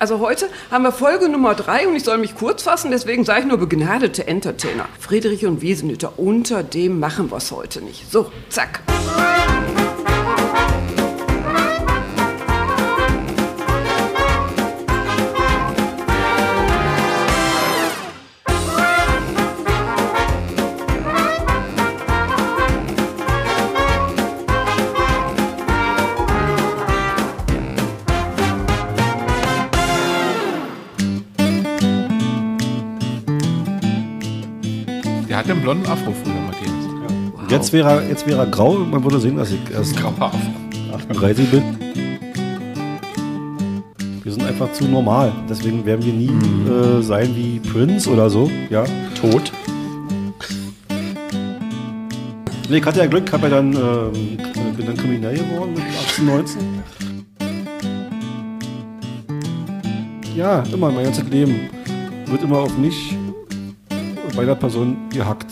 Also heute haben wir Folge Nummer drei und ich soll mich kurz fassen, deswegen sage ich nur begnadete Entertainer. Friedrich und Wiesenhütter, unter dem machen wir es heute nicht. So, zack. Der hatte einen blonden Afro früher, Matthias. Jetzt wäre er, jetzt wäre er grau und man würde sehen, dass ich erst Grauer Afro. 38 bin. Wir sind einfach zu normal. Deswegen werden wir nie äh, sein wie Prince oder so. Ja. Tot. Nee, ich hatte ja Glück, hab ja dann, ähm, bin dann kriminell geworden mit 18, 19. Ja, immer, mein ganzes Leben wird immer auf mich und meiner Person gehackt.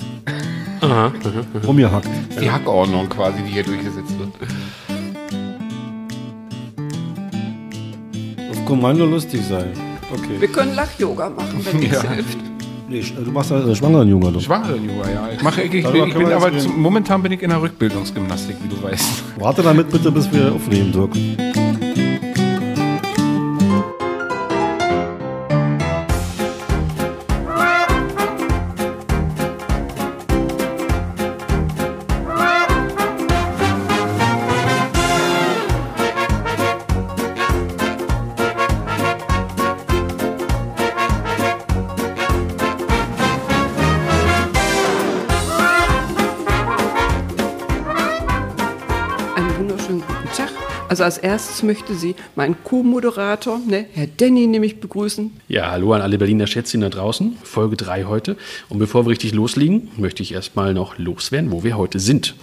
Rumgehackt. Die Hackordnung quasi, die hier durchgesetzt wird. Auf Kommando lustig sein. Okay. Wir können Lach-Yoga machen, wenn nichts Ja. hilft. Nee, sch- Also du machst ja schwangeren Junge. Du. Schwangeren Yoga, ja. Ich mache eigentlich, ich Darüber bin, ich können bin wir jetzt aber reden. zum, momentan bin ich in der Rückbildungsgymnastik, wie du weißt. Warte damit bitte, bis wir aufnehmen, Dirk. Einen wunderschönen guten Tag. Also als erstes möchte sie meinen Co-Moderator, ne, Herr Denny, nämlich begrüßen. Ja, hallo an alle Berliner Schätzchen da draußen. Folge 3 heute. Und bevor wir richtig loslegen, möchte ich erstmal noch loswerden, wo wir heute sind.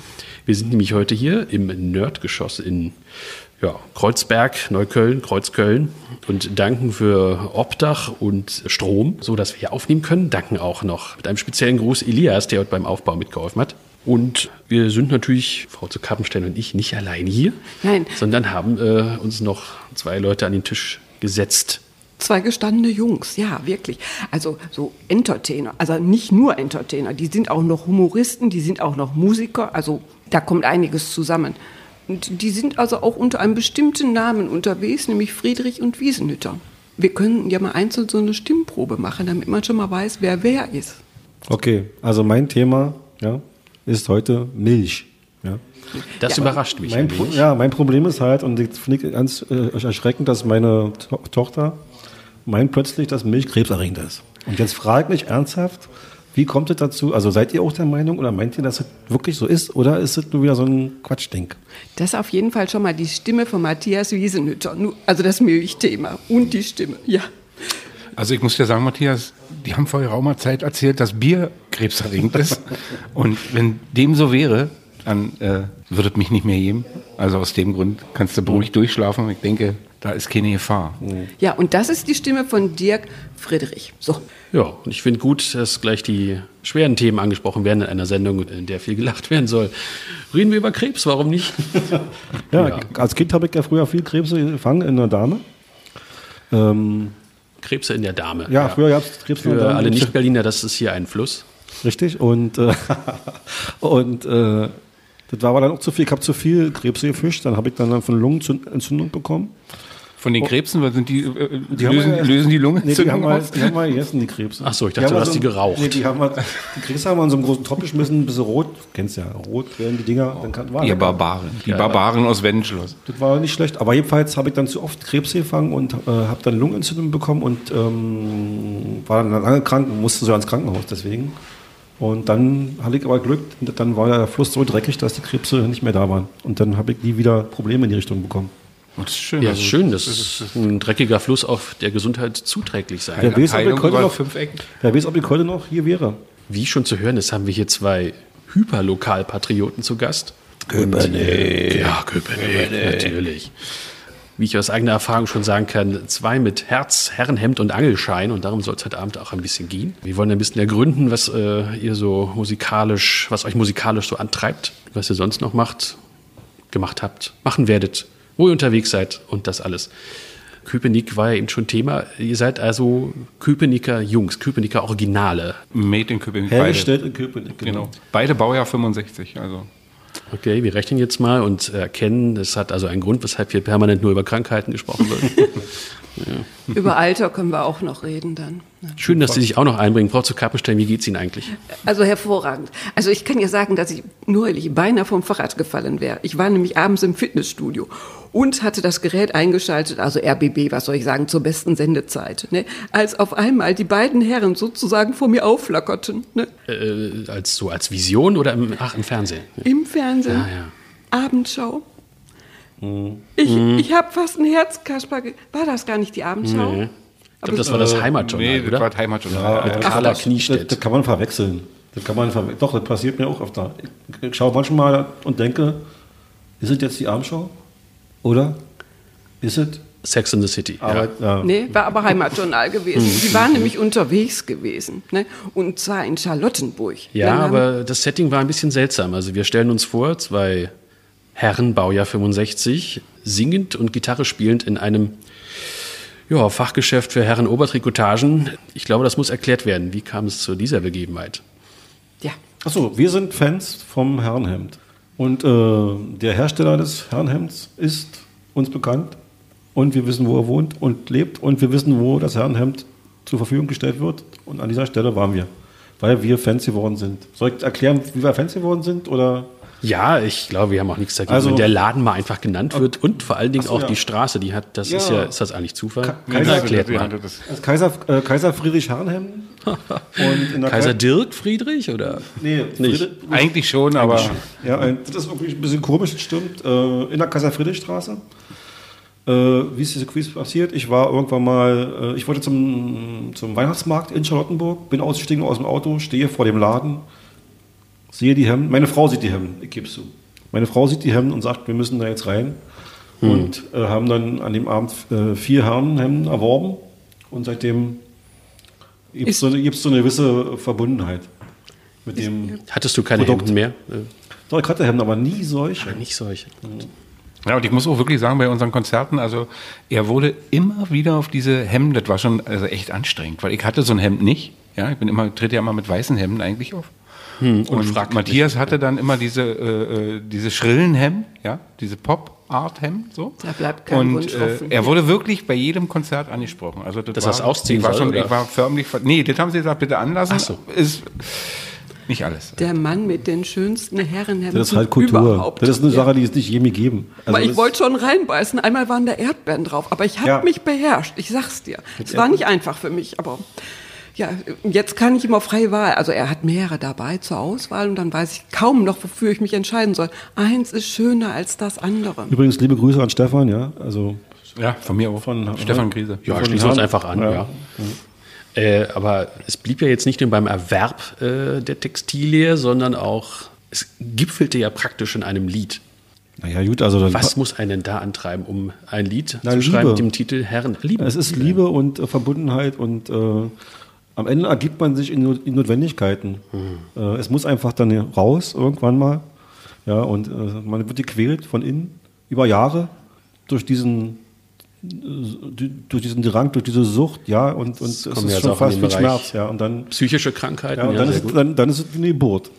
Wir sind nämlich heute hier im Nerdgeschoss in ja, Kreuzberg, Neukölln, Kreuzköln und danken für Obdach und Strom, so dass wir hier aufnehmen können. Danken auch noch mit einem speziellen Gruß Elias, der heute beim Aufbau mitgeholfen hat. Und wir sind natürlich, Frau zu Kappenstein und ich, nicht allein hier, Nein. sondern haben äh, uns noch zwei Leute an den Tisch gesetzt. Zwei gestandene Jungs, ja, wirklich. Also so Entertainer, also nicht nur Entertainer, die sind auch noch Humoristen, die sind auch noch Musiker, also da kommt einiges zusammen. Und die sind also auch unter einem bestimmten Namen unterwegs, nämlich Friedrich und Wiesenhütter. Wir können ja mal einzeln so eine Stimmprobe machen, damit man schon mal weiß, wer wer ist. Okay, also mein Thema ja, ist heute Milch. Ja. Das überrascht mich. Mein ein Pro wenig. ja, mein Problem ist halt, und ich finde ich ganz äh, erschreckend, dass meine to Tochter meint plötzlich, dass Milch krebserregend ist. Und jetzt fragt mich ernsthaft, wie kommt es dazu? Also seid ihr auch der Meinung oder meint ihr, dass es wirklich so ist? Oder ist es nur wieder so ein Quatschding? Das ist auf jeden Fall schon mal die Stimme von Matthias Wiesenhütter. Nu- Also das Milchthema und die Stimme, ja. Also ich muss dir sagen, Matthias, die haben vor geraumer Zeit erzählt, dass Bier krebserregend ist. Und wenn dem so wäre, dann äh, würde es mich nicht mehr geben. Also aus dem Grund kannst du beruhigt durchschlafen. Ich denke, da ist keine Gefahr. Ja, und das ist die Stimme von Dirk Friedrich. So, Ja, und ich finde gut, dass gleich die schweren Themen angesprochen werden in einer Sendung, in der viel gelacht werden soll. Reden wir über Krebs, warum nicht? Ja, Ja. als Kind habe ich ja früher viel Krebse gefangen in der Dame. Ähm, Krebse in der Dame. ja, früher gab es Krebse in der Für Dame. alle Nicht-Berliner, das ist hier ein Fluss. Richtig. Und, äh, und äh, das war aber dann auch zu viel. Ich habe zu viel Krebse gefischt. Dann habe ich dann von Lungenentzündung bekommen. Von den Krebsen, weil sind Oh. die, äh, lösen, wir- lösen die Lunge Nee, die haben, wir, die haben wir gegessen, die Krebse. Ach so, ich dachte, haben du wir hast die geraucht. Nee, die, haben wir, die Krebse haben wir in so einem großen Topf geschmissen, ein bisschen rot. Kennst ja, rot werden die Dinger. Oh. Dann kann, war Ihr lecker. Barbaren. Die Barbaren aus Wendenschloss. Das war nicht schlecht. Aber jedenfalls habe ich dann zu oft Krebs gefangen und äh, habe dann Lungenentzündung bekommen und ähm, war dann lange krank und musste so ans Krankenhaus deswegen. Und dann hatte ich aber Glück, dann war der Fluss so dreckig, dass die Krebse nicht mehr da waren. Und dann habe ich nie wieder Probleme in die Richtung bekommen. Und das ist schön. Ja, also, schön, das ist ein dreckiger Fluss, auf der Gesundheit zuträglich sein. Wer weiß, ob Heilung ich heute über noch, fünf Ecken. wer weiß, ob ich heute noch hier wäre. Wie schon zu hören ist, haben wir hier zwei Hyperlokalpatrioten zu Gast. Köpenick. Ja, Köpenick, natürlich. Wie ich aus eigener Erfahrung schon sagen kann, zwei mit Herz, Herrenhemd und Angelschein. Und darum soll es heute Abend auch ein bisschen gehen. Wir wollen ein bisschen ergründen, was äh, ihr so musikalisch, was euch musikalisch so antreibt, was ihr sonst noch macht, gemacht habt, machen werdet, wo ihr unterwegs seid und das alles. Köpenick war ja eben schon Thema. Ihr seid also Köpenicker Jungs, Köpenicker Originale. Made in Köpenick. Beide. Hergestellt in Köpenick. Genau. Beide Baujahr 65. Also Okay, wir rechnen jetzt mal und erkennen, es hat also einen Grund, weshalb wir permanent nur über Krankheiten gesprochen wird. Über Alter können wir auch noch reden dann. Schön, dass Sie sich auch noch einbringen. Frau zu Kappenstein, wie geht's Ihnen eigentlich? Also hervorragend. Also ich kann ja sagen, dass ich neulich beinahe vom Fahrrad gefallen wäre. Ich war nämlich abends im Fitnessstudio und hatte das Gerät eingeschaltet, also RBB, was soll ich sagen, zur besten Sendezeit. Ne? Als auf einmal die beiden Herren sozusagen vor mir aufflackerten. Ne? Äh, als so als Vision oder im, ach, im Fernsehen? Im Fernsehen. Ah, ja. Mhm. Abendschau. Ich, ich habe fast ein Herzkasper. ge- War das gar nicht die Abendschau? Nee. Ich glaube, das war das Heimatjournal, Äh, nee, das halt, oder? war Heimatjournal. Ja, Mit ja, Carla Äh, das, Kniestedt. das kann man verwechseln. Das kann man verwe Doch, das passiert mir auch öfter. Ich, ich schaue manchmal und denke, ist es jetzt die Abendschau? Oder ist es? Sex in the City. Aber, äh, Ja. ja. Nee, war aber Heimatjournal gewesen. Mhm. Die waren nämlich unterwegs gewesen. Ne? Und zwar in Charlottenburg. Ja, Dann haben- aber das Setting war ein bisschen seltsam. Also wir stellen uns vor, zwei Herren, Baujahr 65, singend und Gitarre spielend in einem ja, Fachgeschäft für Herren Obertrikotagen. Ich glaube, das muss erklärt werden. Wie kam es zu dieser Begebenheit? Ja. Achso, wir sind Fans vom Herrenhemd. Und äh, der Hersteller des Herrenhemds ist uns bekannt. Und wir wissen, wo er wohnt und lebt. Und wir wissen, wo das Herrenhemd zur Verfügung gestellt wird. Und an dieser Stelle waren wir. Weil wir Fans geworden sind. Soll ich erklären, wie wir Fans geworden sind? Oder Ja, ich glaube, wir haben auch nichts dagegen, Also- wenn der Laden mal einfach genannt wird und vor allen Dingen Ach so, auch ja. die Straße, die hat, das Ja. ist ja, ist das eigentlich Zufall? Ka- Kaiser- erklärt wir mal. hatten das- als Kaiser, äh, Kaiser Friedrich Herrenhemden? Und in der Kaiser Kai- Dirk Friedrich oder? Nee, Nicht. Friedrich, Eigentlich schon, aber Ja, ein, das ist wirklich ein bisschen komisch, das stimmt. Äh, in der Kaiser-Friedrich-Straße. Äh, wie ist diese Quiz passiert? Ich war irgendwann mal, äh, ich wollte zum, zum Weihnachtsmarkt in Charlottenburg, bin ausgestiegen aus dem Auto, stehe vor dem Laden, sehe die Hemden. Meine Frau sieht die Hemden, ich gebe zu. Meine Frau sieht die Hemden und sagt, wir müssen da jetzt rein. Und äh, haben dann an dem Abend äh, vier Herrenhemden erworben und seitdem gibt es Ist- so, eine- gibt's so eine gewisse Verbundenheit mit dem. Hattest du keine Produkt. Hemden mehr? Äh, Doch, ich hatte Hemden, aber nie solche. nicht solche. Ja, und ich muss auch wirklich sagen, bei unseren Konzerten, also er wurde immer wieder auf diese Hemden, das war schon also echt anstrengend, weil ich hatte so ein Hemd nicht. Ja, ich bin immer, trete ja immer mit weißen Hemden eigentlich auf. Hm, und Frack Matthias hatte dann immer diese, äh, äh, diese schrillen Hemden, ja, diese Pop-Art-Hemden, so. Da bleibt kein und, Wunsch offen. Äh, er wurde wirklich bei jedem Konzert angesprochen. Also das Dass war, er's ausziehen ich war soll, schon, oder? ich war förmlich, ver- nee, das haben sie gesagt, bitte anlassen. Ach so. Ist nicht alles. Der Mann mit den schönsten Herrenhemden Das ist halt Kultur. überhaupt. Das ist eine Ja. Sache, die es nicht jedem gegeben. Also Aber ich das- wollte schon reinbeißen. Einmal waren da Erdbeeren drauf, aber ich habe Ja. mich beherrscht. Ich sag's dir. Es war nicht einfach für mich, aber ja, jetzt kann ich immer freie Wahl. Also er hat mehrere dabei zur Auswahl und dann weiß ich kaum noch, wofür ich mich entscheiden soll. Eins ist schöner als das andere. Übrigens, liebe Grüße an Stefan, ja. Also Ja, von mir auch. Von- äh, Stefan Griese. Ja, Von schließen wir uns Herrn- einfach an, ja. Ja. Äh, aber es blieb ja jetzt nicht nur beim Erwerb äh, der Textilie, sondern auch, es gipfelte ja praktisch in einem Lied. Naja, gut, also dann Was muss einen denn da antreiben, um ein Lied Na, zu Liebe. schreiben mit dem Titel Herren lieben? es ist Liebe und äh, Verbundenheit und äh, am Ende ergibt man sich in, Not- in Notwendigkeiten. Hm. Äh, es muss einfach dann raus irgendwann mal. Ja, und äh, man wird gequält von innen über Jahre durch diesen äh, durch diesen Drang, durch diese Sucht, ja, und, und es kommen wir ist jetzt schon auch in fast den wie Bereich. Schmerz, ja, und dann, Psychische Krankheiten, ja, ja, und dann, sehr ist, gut. dann, dann ist es eine Geburt.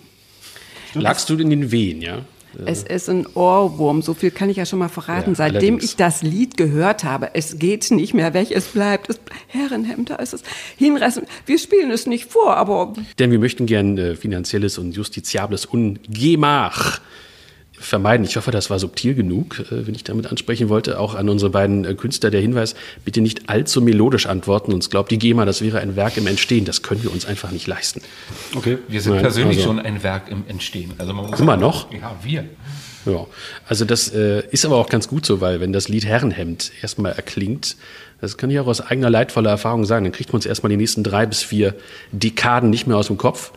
Lagst du in den Wehen, ja? Es ist ein Ohrwurm, so viel kann ich ja schon mal verraten. Ja, Seitdem allerdings. ich das Lied gehört habe, es geht nicht mehr weg, es bleibt. Es, Herrenhemd, da ist es hinreißend. Wir spielen es nicht vor, aber Denn wir möchten gern äh, finanzielles und justiziables Ungemach vermeiden. Ich hoffe, das war subtil genug, äh, wenn ich damit ansprechen wollte. Auch an unsere beiden äh, Künstler der Hinweis, bitte nicht allzu melodisch antworten. Uns glaubt die GEMA, das wäre ein Werk im Entstehen. Das können wir uns einfach nicht leisten. Okay. Wir sind Nein, persönlich also- schon ein Werk im Entstehen. Also man muss Immer noch? Ja, wir. Ja, also das äh, ist aber auch ganz gut so, weil wenn das Lied Herrenhemd erstmal erklingt, das kann ich auch aus eigener leidvoller Erfahrung sagen, dann kriegt man es erstmal die nächsten drei bis vier Dekaden nicht mehr aus dem Kopf.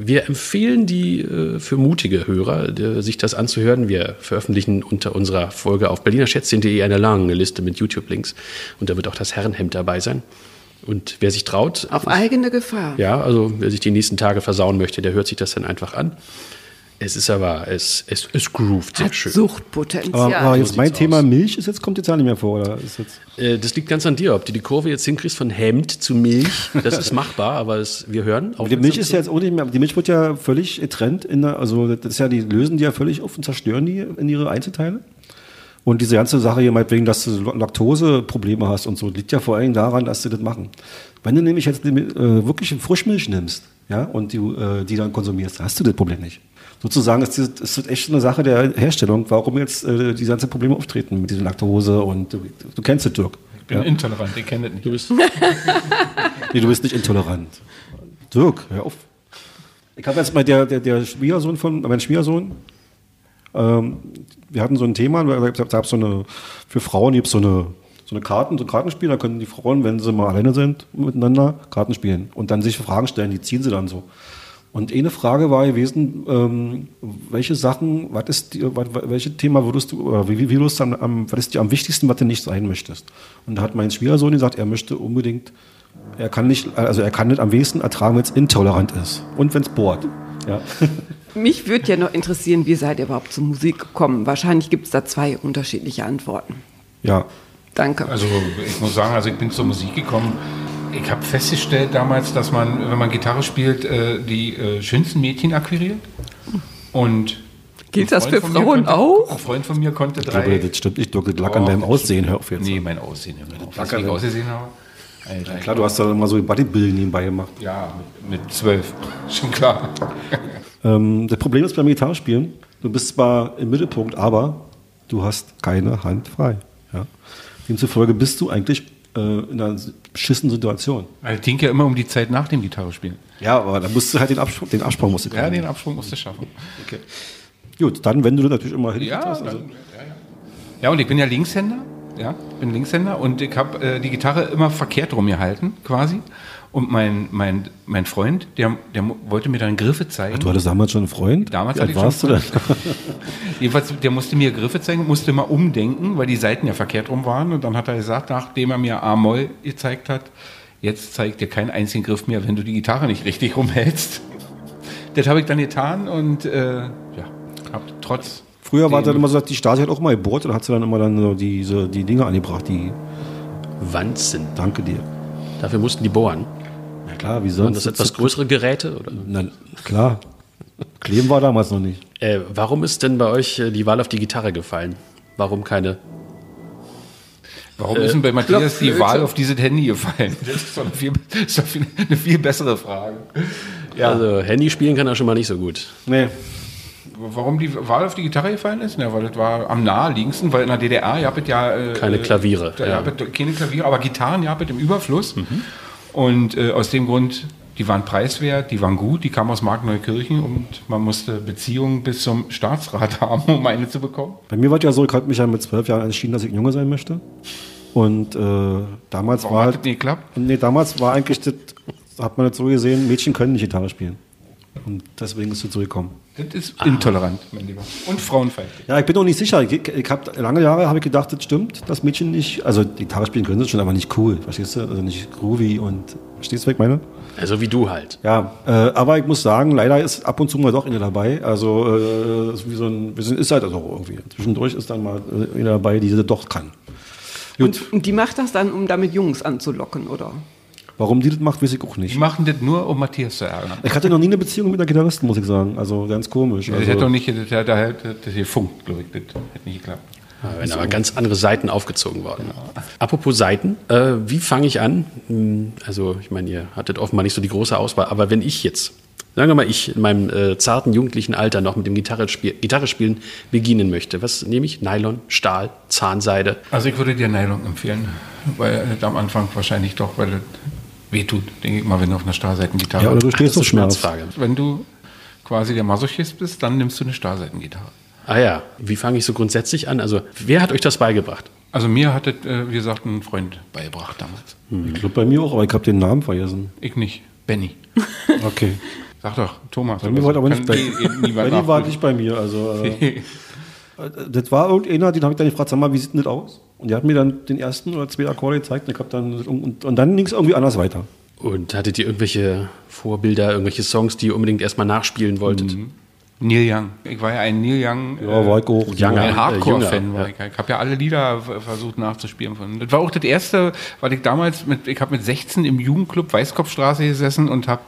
Wir empfehlen die äh, für mutige Hörer, äh, sich das anzuhören. Wir veröffentlichen unter unserer Folge auf berlinerschätzchen.de eine lange Liste mit YouTube-Links und da wird auch das Herrenhemd dabei sein. Und wer sich traut, auf eigene Gefahr. ja, also wer sich die nächsten Tage versauen möchte, der hört sich das dann einfach an. Es ist aber, es, es, es groovt sehr Hat schön. Suchtpotenzial. Aber, aber jetzt so mein sieht's Thema aus. Milch ist jetzt, kommt jetzt ja nicht mehr vor, oder? Ist jetzt, Äh, das liegt ganz an dir, ob du die Kurve jetzt hinkriegst von Hemd zu Milch. Das ist machbar, aber es, wir hören auf. die Milch ist ja jetzt auch nicht mehr, die Milch wird ja völlig getrennt in der, also das ist ja, die lösen die ja völlig auf und zerstören die in ihre Einzelteile. Und diese ganze Sache hier meinetwegen, dass du La- Laktoseprobleme hast und so, liegt ja vor allem daran, dass sie das machen. Wenn du nämlich jetzt die Mi- äh, wirklich Frischmilch nimmst, ja, und die, äh, die dann konsumierst, hast du das Problem nicht. Sozusagen ist das, ist das echt eine Sache der Herstellung, warum jetzt äh, diese ganzen Probleme auftreten mit dieser Laktose und du, du kennst den Dirk. Ich bin intolerant, ich kenne das nicht. Du bist, Nee, du bist nicht intolerant. Dirk, hör auf. Ich habe jetzt mal der, der, der Schwiegersohn von, mein Schwiegersohn, ähm, wir hatten so ein Thema, da gab so eine, für Frauen gibt es so eine, so eine Karten, so ein Kartenspiel, da können die Frauen, wenn sie mal alleine sind, miteinander Karten spielen und dann sich Fragen stellen, die ziehen sie dann so. Und eine Frage war gewesen, ähm, welche Sachen, was ist, die, was, welches Thema würdest du, oder wie, wie würdest du am, am, was ist dir am wichtigsten, was du nicht sein möchtest? Und da hat mein Schwiegersohn gesagt, er möchte unbedingt, er kann nicht, also er kann nicht am wenigsten ertragen, wenn es intolerant ist und wenn es bohrt. Ja. Mich würde ja noch interessieren, wie seid ihr überhaupt zur Musik gekommen? Wahrscheinlich gibt es da zwei unterschiedliche Antworten. ja. Danke. Also ich muss sagen, also ich bin zur Musik gekommen. Ich habe festgestellt damals, dass man, wenn man Gitarre spielt, äh, die äh, schönsten Mädchen akquiriert. Und Gilt ein das Freund für von mir Frauen konnte, Ein auch? Freund von mir konnte Ich glaube, drei. Oh, das stimmt nicht. Dirk, das lag an deinem Aussehen. Hör auf jetzt. Nee, mein Aussehen. Junge, das, Was Lacker ich denn? ausgesehen habe. Alter, Klar, du hast da immer so Bodybuilding nebenbei gemacht. Ja, mit, mit zwölf. Schon klar. Ähm, das Problem ist beim Gitarrespielen, du bist zwar im Mittelpunkt, aber du hast keine Hand frei. Ja? Demzufolge bist du eigentlich äh, in einer schissen Situation. Also ging ja immer um die Zeit nach dem Gitarrespielen. Ja, aber da musst du halt den Absprung, den Absprung musst du Ja, können. den Absprung musst du schaffen. Gut, dann, wenn du das natürlich immer hingekriegt Ja, hast, dann, ja, also- ja. ja, und ich bin ja Linkshänder. Ja, ich bin Linkshänder und ich habe äh, die Gitarre immer verkehrt rumgehalten, quasi. Und mein, mein, mein Freund, der, der mo- wollte mir dann Griffe zeigen. Du hattest damals schon einen Freund? Damals Wie hatte alt ich schon warst du denn? Jedenfalls, der musste mir Griffe zeigen, musste mal umdenken, weil die Seiten ja verkehrt rum waren. Und dann hat er gesagt, nachdem er mir A-Moll gezeigt hat, jetzt zeigt dir keinen einzigen Griff mehr, wenn du die Gitarre nicht richtig rumhältst. Das habe ich dann getan und äh, ja, hab trotz. Früher war dem- dann immer so, die Stasi hat auch mal gebohrt und hat sie dann immer dann so diese, die Dinge angebracht, die Wanzen. Danke dir. Dafür mussten die bohren. Na klar, wie Und sonst? das sind etwas größere Geräte? Oder? Na klar. Kleben war damals noch nicht. Äh, warum ist denn bei euch äh, die Wahl auf die Gitarre gefallen? Warum keine? Warum ist denn bei Matthias die Blockflöte. Wahl auf dieses Handy gefallen? Äh, Das ist doch eine viel, das ist doch viel, eine viel bessere Frage. Ja. Also Handy spielen kann er schon mal nicht so gut. Nee. Warum die Wahl auf die Gitarre gefallen ist? Na, weil das war am naheliegendsten, weil in der DDR, ihr habt ja. Äh, Keine äh, Klaviere, Da, ja. Mhm. ihr habt keine Klaviere, aber Gitarren, ihr habt im Überfluss. Und äh, aus dem Grund, die waren preiswert, die waren gut, die kamen aus Markneukirchen und man musste Beziehungen bis zum Staatsrat haben, um eine zu bekommen. Bei mir war es ja so, ich hatte mich ja mit zwölf Jahren entschieden, dass ich ein Junge sein möchte. Und äh, damals Warum war hat halt, das nicht geklappt? nee, damals war eigentlich das, hat man das so gesehen, Mädchen können nicht Gitarre spielen. Und deswegen ist es so gekommen. Das ist Ah. intolerant, mein Lieber. Und frauenfeindlich. Ja, ich bin auch nicht sicher. Ich, ich hab, lange Jahre habe ich gedacht, das stimmt, dass Mädchen nicht, also Gitarre spielen können sie schon, aber nicht cool, verstehst du? Also nicht groovy und, verstehst du, was ich meine? Also wie du halt. Ja, äh, aber ich muss sagen, leider ist ab und zu mal doch einer dabei. Also äh, ist wie so ein, wir sind ist halt also irgendwie. Zwischendurch ist dann mal äh, einer dabei, die das doch kann. Gut, Und die macht das dann, um damit Jungs anzulocken, oder? warum die das macht, weiß ich auch Die nicht. machen das nur, um Matthias zu ärgern. Ich hatte noch nie eine Beziehung mit einer Gitarristin, muss ich sagen. Also ganz komisch. Das hätte Also, doch nicht, das hätte, das hätte, das hätte funkt, glaube ich, das hätte nicht geklappt. Ah, Da wären aber ganz andere Seiten aufgezogen worden. Apropos Seiten, äh, wie fange ich an? Hm, Also, ich meine, ihr hattet offenbar nicht so die große Auswahl, aber wenn ich jetzt, sagen wir mal, ich in meinem äh, zarten jugendlichen Alter noch mit dem Gitarre, spiel, Gitarre spielen beginnen möchte, was nehme ich? Nylon, Stahl, Zahnseide. Also ich würde dir Nylon empfehlen, weil das am Anfang wahrscheinlich doch, weil das wehtut, denke ich mal, wenn du auf einer Stahlseitengitarre ja, oder du Ach, das stehst ist auf Schmerz. Schmerzfrage. Wenn du quasi der Masochist bist, dann nimmst du eine Stahlseitengitarre. Ah ja, wie fange ich so grundsätzlich an? Also, wer hat euch das beigebracht? Also mir hat das, äh, wie gesagt, ein Freund beigebracht damals. Ich glaube bei mir auch, aber ich habe den Namen vergessen. Ich nicht, Benny. Okay. Sag doch, Thomas. Bei mir war das aber nicht bei, bei, die war nicht bei mir. Also, äh, bei. äh, das war irgendeiner, den habe ich dann gefragt, sag mal, wie sieht denn das aus? Und der hat mir dann den ersten oder zwei Akkorde gezeigt und, ich hab dann, und, und dann ging es irgendwie anders weiter. Mhm. Und hattet ihr irgendwelche Vorbilder, irgendwelche Songs, die ihr unbedingt erstmal nachspielen wolltet? Neil Young. Ich war ja ein Neil Young. Ja, war ich auch. Junger, Junger, äh, ein Hardcore-Fan Jünger, war ich. Ich habe ja alle Lieder v- versucht nachzuspielen. Von. Das war auch das erste, weil ich damals mit, ich habe mit 16 im Jugendclub Weißkopfstraße gesessen und habe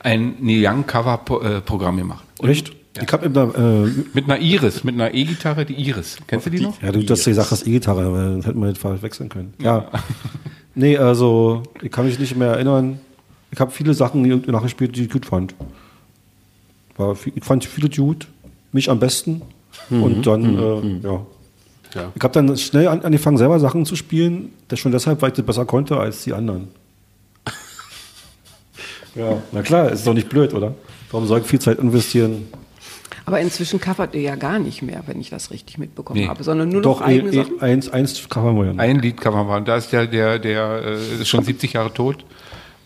ein Neil Young-Cover-Programm gemacht. Echt? Ich habe immer. Äh, Mit einer Iris, mit einer E-Gitarre, die Iris. Kennst du die, noch? ja, du hast gesagt, das E-Gitarre, weil dann hätten wir den Fall wechseln können. Ja. nee, also, ich kann mich nicht mehr erinnern. Ich habe viele Sachen irgendwie nachgespielt, die ich gut fand. War, viel- ich fand viele gut, mich am besten. Und dann, äh, ja. Ja. Ich habe dann schnell an, angefangen, selber Sachen zu spielen, das schon deshalb, weil ich das besser konnte als die anderen. ja, na klar, ist doch nicht blöd, oder? Warum soll ich viel Zeit investieren? Aber inzwischen covert ihr ja gar nicht mehr, wenn ich das richtig mitbekommen Nee. habe, sondern nur Doch, noch eigene eh, eh, Sachen. eins, eins kann man ja. Ein Lied kann man machen. Da ist der, der, der äh, ist schon 70 Jahre tot.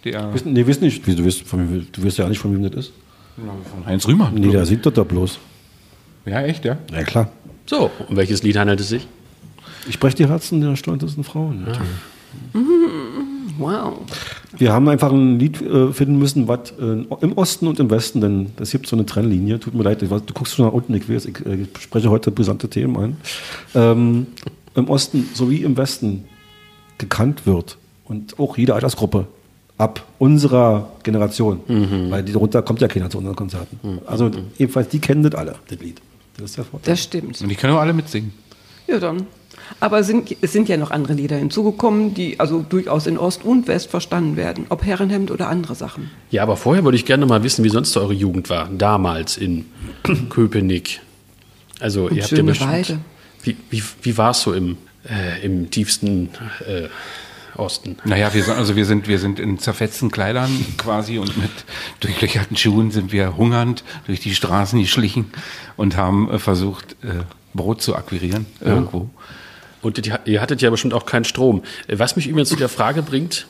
Der Wissen- Nee, wissen nicht. Wie, du, wirst von, wem- du wirst ja nicht, von wem das ist. von Heinz Rühmer. Nee, der sieht das da bloß. Ja, echt, ja. Na klar. So, um welches Lied handelt es sich? Ich spreche die Herzen der stolzesten Frauen. Wow. Wir haben einfach ein Lied äh, finden müssen, was äh, im Osten und im Westen, denn es gibt so eine Trennlinie. Tut mir leid, ich weiß, du guckst schon nach unten, ich weiß, ich äh, spreche heute brisante Themen an. Ähm, Im Osten sowie im Westen gekannt wird und auch jede Altersgruppe ab unserer Generation, weil die darunter kommt ja keiner zu unseren Konzerten. Also jedenfalls, die kennen das alle, das Lied. Das ist der Vorteil. Das stimmt. Und die können auch alle mitsingen. Ja, dann. Aber sind, es sind ja noch andere Lieder hinzugekommen, die also durchaus in Ost und West verstanden werden, ob Herrenhemd oder andere Sachen. Ja, aber vorher würde ich gerne mal wissen, wie sonst eure Jugend war, damals in Köpenick. Also, ihr habt ja schöne bestimmt. Weide. Wie, wie, wie war es so im, äh, im tiefsten äh, Osten? Naja, wir sind, also wir sind, wir sind in zerfetzten Kleidern quasi und mit durchlöcherten Schuhen sind wir hungernd durch die Straßen geschlichen und haben äh, versucht, äh, Brot zu akquirieren irgendwo. Und ihr- ihr hattet ja bestimmt auch keinen Strom. Äh, Was mich übrigens zu der Frage bringt,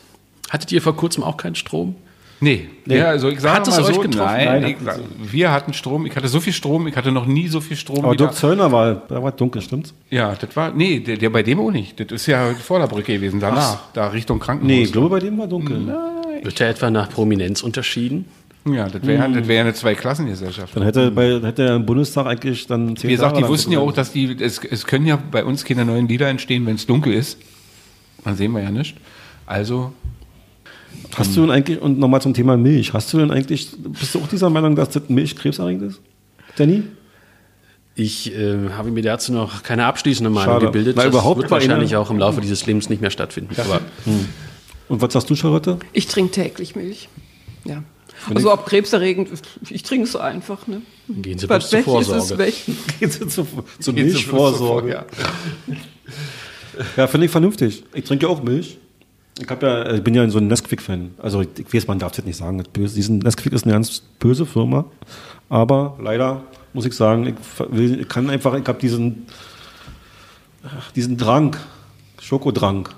hattet ihr vor kurzem auch keinen Strom? Nee, Ja, also ich sage Hat es mal euch so, getroffen? nein, Nein, ich, hatten sag- wir hatten Strom, ich hatte so viel Strom, ich hatte noch nie so viel Strom. Aber wie da. Dirk Zöllner war, da war dunkel, stimmt's? ja, das war, nee, der, der bei dem auch nicht. Das ist ja Vorderbrücke gewesen, danach, da Richtung Nee, Krankenhaus. ich glaube, bei dem war dunkel. Wird da etwa nach Prominenz unterschieden? ja, das wäre das wär eine Zweiklassengesellschaft. Dann hätte, bei, hätte er im Bundestag eigentlich dann zehn Wie gesagt, Jahre die lang wussten ja zu- auch, dass die, es, es können ja bei uns keine neuen Lieder entstehen, wenn es dunkel ist. Dann sehen wir ja nicht. Also, Hast du denn eigentlich, und nochmal zum Thema Milch, hast du denn eigentlich, bist du auch dieser Meinung, dass das Milch krebserregend ist? Danny? Ich äh, habe mir dazu noch keine abschließende Meinung Schade. gebildet. Na, überhaupt das wird mal wahrscheinlich eine- auch im Laufe dieses Lebens nicht mehr stattfinden. Aber Und was sagst du, Charlotte? Ich trinke täglich Milch. Ja. Also ob krebserregend, ich trinke es einfach. Ne? gehen Sie bloß Was zur weg ist, Vorsorge. Ähm, ist weg. Geht sie zu, zur geht's zum Schluss sofort, Milchvorsorge? ja. Ja, finde ich vernünftig. Ich trinke ja auch Milch. Ich, hab ja, ich bin ja so ein Nesquik-Fan. Also ich, ich weiß, man darf das nicht sagen. Das böse, diesen Nesquik ist eine ganz böse Firma. Aber leider muss ich sagen, ich, ver- will, ich kann einfach, ich habe diesen, ach, diesen Drang, Schokodrang.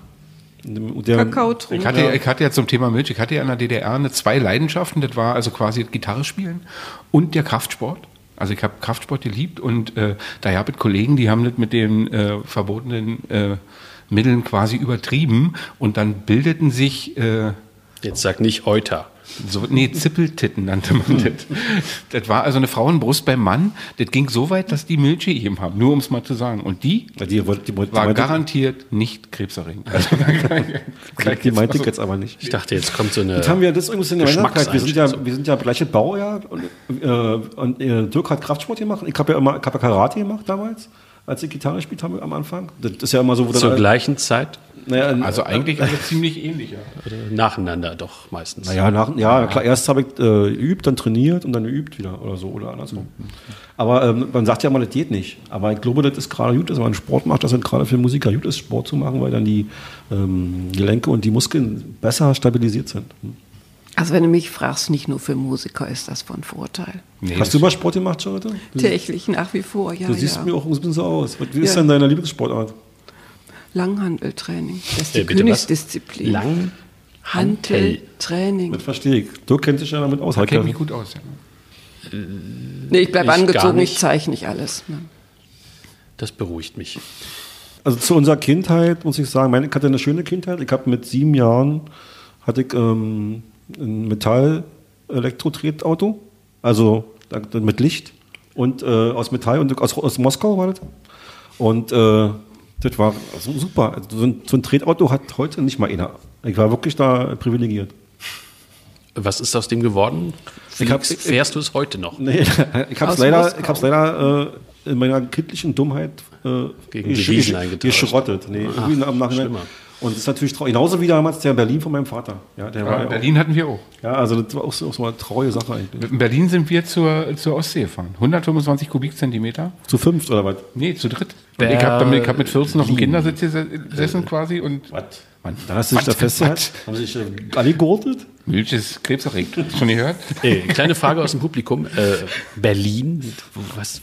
Der, Kakao ich trinken. hatte, ich hatte ja zum Thema Milch, ich hatte ja in der DDR eine zwei Leidenschaften. Das war also quasi das Gitarre spielen und der Kraftsport. Also ich habe Kraftsport geliebt und äh, da habe ich Kollegen, die haben das mit den äh, verbotenen äh, Mitteln quasi übertrieben und dann bildeten sich äh, Jetzt sag nicht Euter. So, nee, Zippeltitten nannte Hm. man das. Das war also eine Frauenbrust beim Mann. Das ging so weit, dass die Milch gegeben haben, nur um es mal zu sagen. Und die Ja, Die, wollte- die, wollte- die, war meinte- garantiert nicht krebserregend. Also, die, die meinte ich jetzt aber nicht. Ich dachte, jetzt kommt so eine. Jetzt haben wir das übrigens in der Gemeinsamkeit. Wir sind ja, Geschmackseinschätzung. wir sind ja gleiche Baujahr und, äh, und äh, Dirk hat Kraftsport gemacht. Ich habe ja immer ich hab ja Karate gemacht damals, als ich Gitarre gespielt habe am Anfang. Das ist ja immer so, wo zur alle- gleichen Zeit naja, also eigentlich also ziemlich ähnlich. Ja. äh, nacheinander doch meistens. Naja, nach, ja, klar, erst habe ich äh, geübt, dann trainiert und dann geübt wieder oder so oder andersrum. Aber ähm, man sagt ja immer, das geht nicht. Aber ich glaube, das ist gerade gut, dass man Sport macht, dass es gerade für Musiker gut ist, Sport zu machen, weil dann die ähm, Gelenke und die Muskeln besser stabilisiert sind. Also wenn du mich fragst, nicht nur für Musiker ist das von Vorteil. Nee, Hast du mal Sport gemacht, Charlotte? Täglich nach wie vor, ja. Du siehst ja. mir auch ein bisschen so aus. Was- Wie ist Ja. denn deine Lieblingssportart? Langhandeltraining. Das ist die Äh, bitte was? Königsdisziplin. Lang. Langhanteltraining. Das verstehe ich. Du kennst dich ja damit aus. da kenne ich mich Heike. gut aus. Ja. Nee, ich Ich bleibe gar angezogen, nicht. ich zeichne nicht alles. Ne? Das beruhigt mich. Also zu unserer Kindheit muss ich sagen, meine, ich hatte eine schöne Kindheit. Ich habe mit sieben Jahren hatte ich ähm, ein Metall-Elektro-Tretauto, also da- mit Licht. und äh, aus Metall und aus, aus Moskau war das. Und äh, das war so super. Also so, ein, so ein Tretauto hat heute nicht mal einer. Ich war wirklich da privilegiert. Was ist aus dem geworden? Ich hab- Felix, fährst du es heute noch? Nee, ich habe Aus es leider, Moskau. ich hab's leider äh, in meiner kindlichen Dummheit äh, Gegen gesch- die gesch- Wiesen eingetauscht. geschrottet. Nee, irgendwie im Nachhinein. schlimmer. Und das ist natürlich traurig. Genauso wie damals der Berlin von meinem Vater. Ja, der war Aber ja, auch, Berlin hatten wir auch. ja, also das war auch so, auch so eine traurige Sache eigentlich. In Berlin sind wir zur, zur Ostsee gefahren. 125 Kubikzentimeter. Zu fünft oder was? Nee, zu dritt. Und ich habe damit, ich hab mit 14 auf dem Berlin. Kindersitz ges- gesessen quasi und Was? Mann, Dann hast du dich da was- festgehalten. Haben sie dich äh, alle geordnet? was? Milch ist krebserregend. Hast du schon gehört? Äh, kleine Frage aus dem Publikum. Äh, Berlin? Was?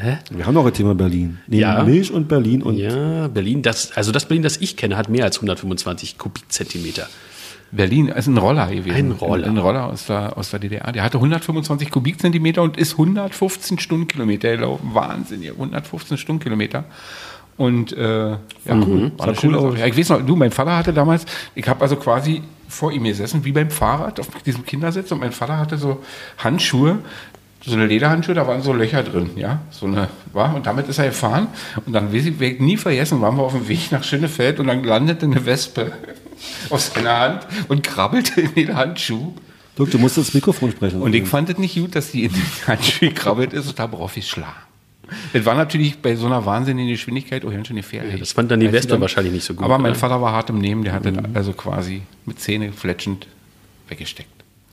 Hä? Wir haben noch ein Thema Berlin. Nee, Ja. Milch und Berlin und Ja, Berlin, das, also das Berlin, das ich kenne, hat mehr als 125 Kubikzentimeter. Berlin ist ein Roller gewesen. Ein Roller. Ein Roller aus der, aus der DDR. Der hatte 125 Kubikzentimeter und ist 115 Stundenkilometer gelaufen. Wahnsinn, hier, 115 Stundenkilometer. Und äh, ja, cool. War eine schöne Sache. Ja, ich weiß noch, du, mein Vater hatte damals, ich habe also quasi vor ihm gesessen, wie beim Fahrrad auf diesem Kindersitz und mein Vater hatte so Handschuhe, so eine Lederhandschuhe, da waren so Löcher drin, ja, so eine, war, und damit ist er gefahren und dann weiß ich, werd ich nie vergessen, waren wir auf dem Weg nach Schönefeld und dann landete eine Wespe aus seiner Hand und krabbelte in den Handschuh Dirk, du musst ins Mikrofon sprechen. und ich fand es nicht gut, dass die in den Handschuh gekrabbelt ist und habe raufgeschlagen. Das war natürlich bei so einer wahnsinnigen Geschwindigkeit auch ganz schön gefährlich. Ja, das fand dann die Als sie Wespe wahrscheinlich nicht so gut, Aber mein oder? Mhm. Vater war hart im Nehmen, der hat das also quasi mit Zähne fletschend weggesteckt.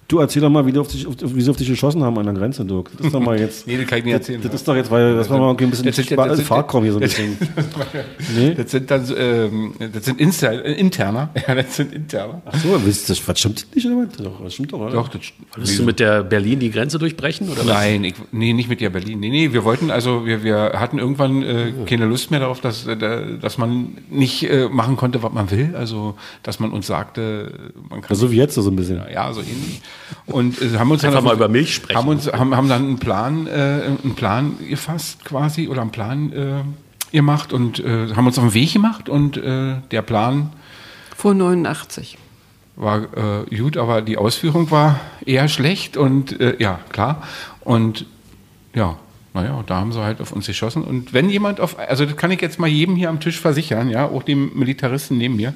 Du erzähl doch mal, wie, die auf dich, auf, wie sie auf dich geschossen haben an der Grenze, Dirk. Das ist doch mal jetzt. Nee, das kann ich nicht erzählen. Das, das ist doch jetzt, weil das war mal ein bisschen Das sind- das sind- Fahrtkommen hier so ein bisschen. Nee? Das sind dann so, ähm, das sind Insta- äh, interner. Ja, das sind interner. Ach so, wisst ihr, was stimmt nicht oder was? Doch, das stimmt doch, oder? Doch, das Willst du mit der Berlin die Grenze durchbrechen? Oder was? Nein, ich, nee, nicht mit dir Berlin. Nee, nee, wir wollten, also wir, wir hatten irgendwann äh, keine Lust mehr darauf, dass, äh, da- dass man nicht äh, machen konnte, was man will. Also, dass man uns sagte, man kann. Also wie jetzt so ein bisschen. ja, so ähnlich. Und äh, haben uns Einfach dann mal über Milch sprechen. Haben uns haben, haben dann einen Plan äh, einen Plan gefasst quasi oder einen Plan äh, gemacht und äh, haben uns auf den Weg gemacht und äh, der Plan Vor 89. war äh, gut, aber die Ausführung war eher schlecht und äh, ja, klar. Und ja, naja, da haben sie halt auf uns geschossen. Und wenn jemand auf, also das kann ich jetzt mal jedem hier am Tisch versichern, ja, auch dem Militaristen neben mir,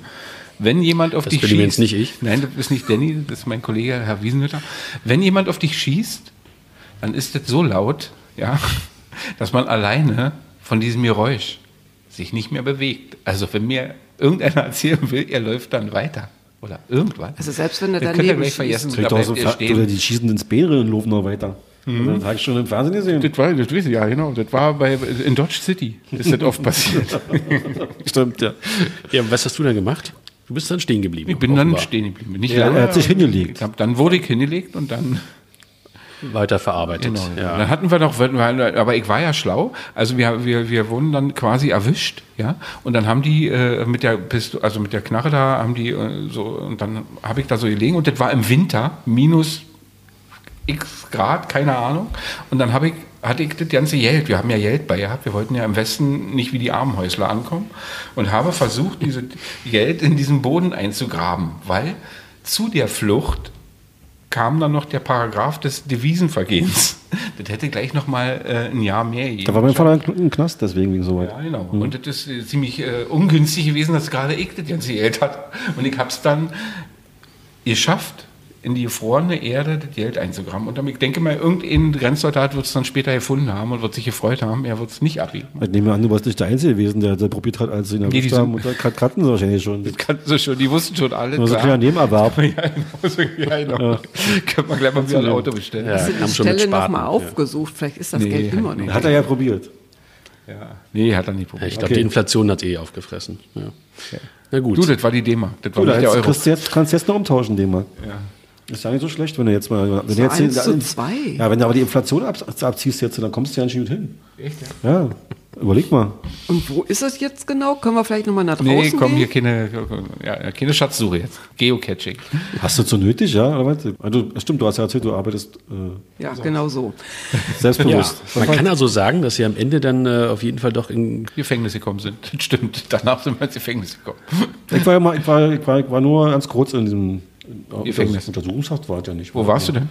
wenn jemand auf Das dich bin schießt. übrigens nicht ich. Nein, das ist nicht Danny, das ist mein Kollege Herr Wiesenhütter. Wenn jemand auf dich schießt, dann ist das so laut, ja, dass man alleine von diesem Geräusch sich nicht mehr bewegt. Also wenn mir irgendeiner erzählen will, er läuft dann weiter oder irgendwas. Also selbst wenn er Dann daneben könnt ihr gleich schießt. vergessen, Trägt da doch so bleibt ihr Fa- oder stehen. Mhm. die schießen ins Bären und laufen noch weiter. Also, das habe ich schon im Fernsehen gesehen. Das war, das weiß ich, ja genau, das war bei, in Dodge City, ist das oft passiert. Stimmt, ja. Ja, was hast du dann gemacht? Du bist dann stehen geblieben. Ich bin dann offenbar. stehen geblieben. Nicht Ja, lange, er hat sich aber- hingelegt. Dann- Dann wurde ich hingelegt und dann Weiter verarbeitet. ja. Genau, ja. Dann Genau, hatten wir noch, aber ich war ja schlau. Also wir, wir, wir wurden dann quasi erwischt, ja. Und dann haben die äh, mit der Pistole, also mit der Knarre da, haben die äh, so, und dann habe ich da so gelegen und das war im Winter, minus x Grad, keine Ahnung. Und dann habe ich, hatte ich das ganze Geld, wir haben ja Geld bei gehabt, wir wollten ja im Westen nicht wie die Armenhäusler ankommen und habe versucht, dieses Geld in diesen Boden einzugraben, weil zu der Flucht kam dann noch der Paragraph des Devisenvergehens. Das hätte gleich noch mal äh, ein Jahr mehr. gegeben. Da war mein Vater im Knast, deswegen wegen so weit. Ja, genau. Und das ist äh, ziemlich äh, ungünstig gewesen, dass gerade ich das ganze Geld hatte. Und ich habe es dann geschafft, in die gefrorene Erde das Geld einzugraben. Und dann, ich denke mal, irgendein Grenzsoldat wird es dann später gefunden haben und wird sich gefreut haben, er wird es nicht abbiegen. Ich nehme an, du warst nicht der Einzige gewesen, der, der probiert hat, als sie ihn erwischt die haben. Und sind- da kat- kannten sie wahrscheinlich schon. Das Kannst schon, die wussten schon alle. war so ein kleiner klar. Nebenerwerb. Ja, genau, so, ja, genau. Können wir gleich mal wieder ein Auto bestellen. Ja, Hast du die kam schon mit Stelle Spaten. nochmal aufgesucht? Vielleicht ist das Nee, Geld immer noch. nee. Hat er ja probiert. Ja. Nee, hat er nicht probiert. Ich glaube, Okay. die Inflation hat eh aufgefressen. Ja. Na gut. Du, das war die D-Mark. Das war Du, da nicht der hättest, Euro. kriegst du jetzt, kannst du jetzt noch umtauschen, den mal. Ist ja nicht so schlecht, wenn du jetzt mal. Wenn du jetzt eins den- zu den- zwei. Ja, wenn du aber die Inflation ab, abziehst jetzt, dann kommst du ja nicht gut hin. Ja, überleg mal. Und wo ist es jetzt genau? Können wir vielleicht nochmal nach draußen Nee, komm, gehen? hier keine, ja, keine Schatzsuche jetzt. Geocaching. Hast du so nötig, ja? Oder was? Also, stimmt, du hast ja erzählt, du arbeitest äh, Ja, genau so. ja. selbstbewusst. Man kann also sagen, dass sie am Ende dann äh, auf jeden Fall doch in Gefängnis gekommen sind. Das Stimmt, danach sind wir ins Gefängnis gekommen. Ich war, ja mal, ich, war, ich, war, ich war nur ganz kurz in diesem äh, in- Gefängnis. Untersuchungshaft war es ja nicht. Wo warst du denn?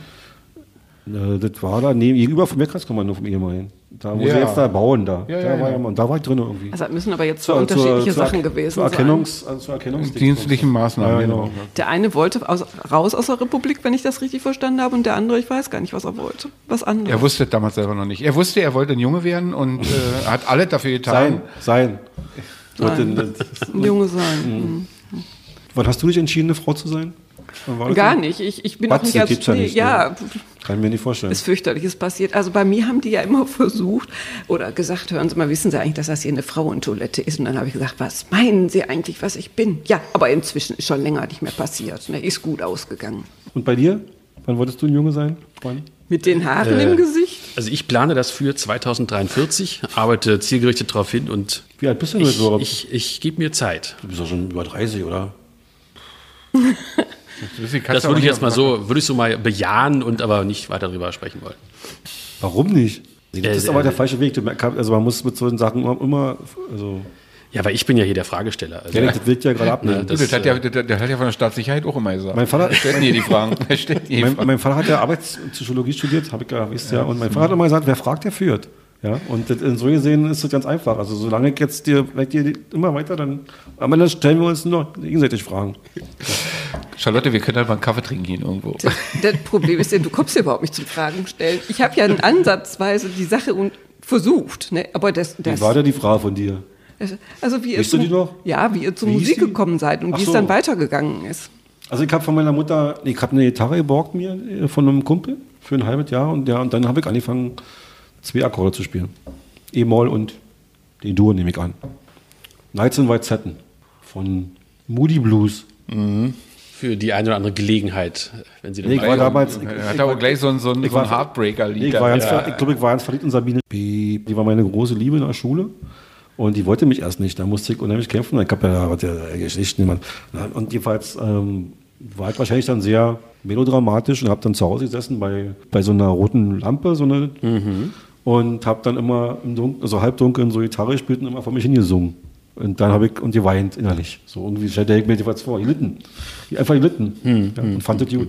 Äh, Das war da neben, gegenüber vom Wirtschaftskommando vom ehemaligen. Da, wo Ja. sie jetzt da bauen, da. Ja, da, ja, war ja. mal- und da war ich drin irgendwie. Also das müssen aber jetzt zwei unterschiedliche zur- Sachen zur- gewesen zur sein. Erkennungs, sein. Zur Erkennungs Dienstlichen Maßnahmen, Ja, genau. genau. Der eine wollte aus, raus aus der Republik, wenn ich das richtig verstanden habe, und der andere, ich weiß gar nicht, was er wollte. Was Er anderes. wusste es damals selber noch nicht. Er wusste, er wollte ein Junge werden und äh, hat alles dafür Sein, getan. sein. Und Sein. dann- Ein Junge sein. Wann hast du dich entschieden, eine Frau zu sein? Wann war Mhm. das Gar denn? nicht. Ich, ich bin auch Batze nicht als. Hm. gibt's ja nee, nicht, ja, ne? pf, Kann ich mir nicht vorstellen. ist Fürchterliches passiert. Also bei mir haben die ja immer versucht oder gesagt, hören Sie mal, wissen Sie eigentlich, dass das hier eine Frauentoilette ist? Und dann habe ich gesagt, was meinen Sie eigentlich, was ich bin? Ja, aber inzwischen ist schon länger nicht mehr passiert. Ne? Ist gut ausgegangen. Und bei dir? Wann wolltest du ein Junge sein? Wann? Mit den Haaren Äh, im Gesicht? Also ich plane das für 2043, arbeite zielgerichtet darauf hin und Wie alt bist du denn jetzt ich, überhaupt? ich, ich gebe mir Zeit. du bist doch schon über 30, oder? Das würde ich jetzt mal so, würde ich so mal bejahen und aber nicht weiter drüber sprechen wollen. Warum nicht? Das ist Äh, aber der äh, falsche Weg. Du merkst, Also man muss mit solchen Sachen immer, immer also, Ja, weil ich bin ja hier der Fragesteller. Also, ja. das wird ja gerade abnehmen. Ne, Das, das, hat ja, das, das hat ja von der Staatssicherheit auch immer gesagt. äh, Mein Vater- Wer stellt denn hier die Fragen. Wer stellt hier die mein, Fragen? mein Vater hat ja Arbeitspsychologie studiert, habe ich ja, wisst ihr ja. Und mein Vater hat immer gesagt, wer fragt, der führt. Ja, und das, in so gesehen ist das ganz einfach. Also solange ich jetzt dir, vielleicht dir die- immer weiter, dann am Ende stellen wir uns noch gegenseitig Fragen. Charlotte, wir können halt mal einen Kaffee trinken gehen irgendwo. Das, das Problem ist, ja, du kommst hier überhaupt nicht zum Fragen stellen. Ich habe ja ansatzweise die Sache und versucht, ne? aber das, das Wie war da die Frage von dir? das- also wie ihr Wisst ihr zum, die noch? ja, wie ihr zur Wie hieß Musik die? gekommen seid und Ach wie es so. dann weitergegangen ist. Also ich habe von meiner Mutter, ich habe eine Gitarre geborgt mir äh, von einem Kumpel für ein halbes Jahr und ja, und dann habe ich angefangen, zwei Akkorde zu spielen. E-Moll und die Dur nehme ich an. Nights in White Satin von Moody Blues. für die eine oder andere Gelegenheit, wenn sie dann Nee, ich war damals, ich, Er hat auch gleich so ein, so ein, ich so ein war- Heartbreaker-Lied. Ich, war ganz da. ver- ich glaube, ich war ganz verliebt in Sabine. Piep. Die war meine große Liebe in der Schule. Und die wollte mich erst nicht. Da musste ich unheimlich kämpfen. Ich habe ja, was ja Geschichten. Mann. Na, Und jedenfalls ähm, war ich wahrscheinlich dann sehr melodramatisch und habe dann zu Hause gesessen bei, bei so einer roten Lampe. So eine, Mhm. Und habe dann immer im Dunkeln, also halbdunkeln so Gitarre gespielt und immer vor mich hingesungen. Und dann habe ich und geweint innerlich. So irgendwie stellte ich mir jedenfalls vor. Gelitten. Einfach gelitten. Hm. ja, und fand das gut.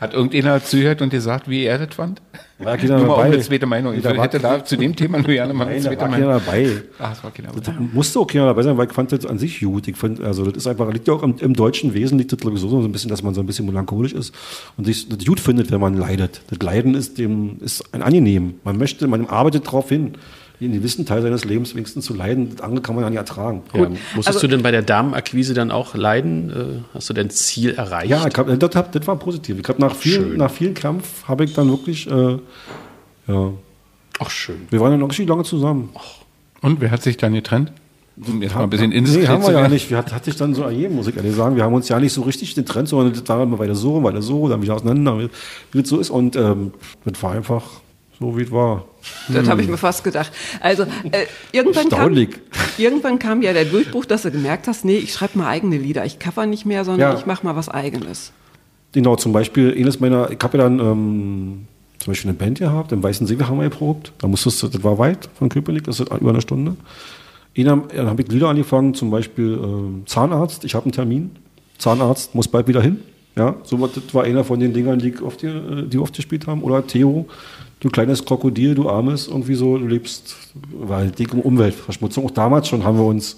Hat irgendjemand zugehört und gesagt, wie er das fand? War ja keiner Nur mal auch dabei. eine zweite Meinung. Ich Da war- hätte da zu dem Thema nur gerne mal eine Nein, da zweite war keiner Meinung. dabei. Ach, es war genau. keiner. Das musste auch keiner dabei sein, weil ich fand das an sich gut. Ich fand, also das ist einfach, liegt ja auch im, im deutschen Wesen, liegt das glaube ich so so ein bisschen, dass man so ein bisschen melancholisch ist und sich das gut findet, wenn man leidet. Das Leiden ist dem, ist ein angenehm. Man möchte, man arbeitet darauf hin, in den gewissen Teil seines Lebens wenigstens zu leiden. Das andere kann man ja nicht ertragen. Ja, musstest Also- du denn bei der Damenakquise dann auch leiden? Äh, Hast du dein Ziel erreicht? Ja, ich hab, das, hab, das war positiv. Ich habe nach viel, nach viel Kampf habe ich dann wirklich, äh, ja, Auch schön. wir waren ja noch richtig lange zusammen. Und wer hat sich dann getrennt? Um jetzt mal ein bisschen indiskret Nee, haben zu wir ja werden. nicht. Wir hat, hat sich dann so ergeben, muss ich ehrlich sagen. Wir haben uns ja nicht so richtig getrennt, sondern das war immer weiter so, weiter so, dann wieder auseinander, wie wie das so ist. Und ähm, das war einfach so, wie es war. Das habe ich Hm. mir fast gedacht. Also äh, irgendwann, kam, Erstaunlich. irgendwann kam ja der Durchbruch, dass du gemerkt hast, nee, ich schreibe mal eigene Lieder. Ich cover nicht mehr, sondern Ja. ich mache mal was Eigenes. Genau, zum Beispiel, eines meiner, ich habe ja dann ähm, zum Beispiel eine Band gehabt, im Weißen See haben wir geprobt. Da musstest du, das war weit von Köpenick, das ist über eine Stunde. Einer, dann habe ich Lieder angefangen, zum Beispiel ähm, Zahnarzt, ich habe einen Termin. Zahnarzt muss bald wieder hin. Ja, so was, das war einer von den Dingern, die ich oft, hier, äh, die wir oft gespielt haben. Oder Theo, du kleines Krokodil, du armes, irgendwie so, du lebst, weil dick um Umweltverschmutzung. Auch damals schon haben wir uns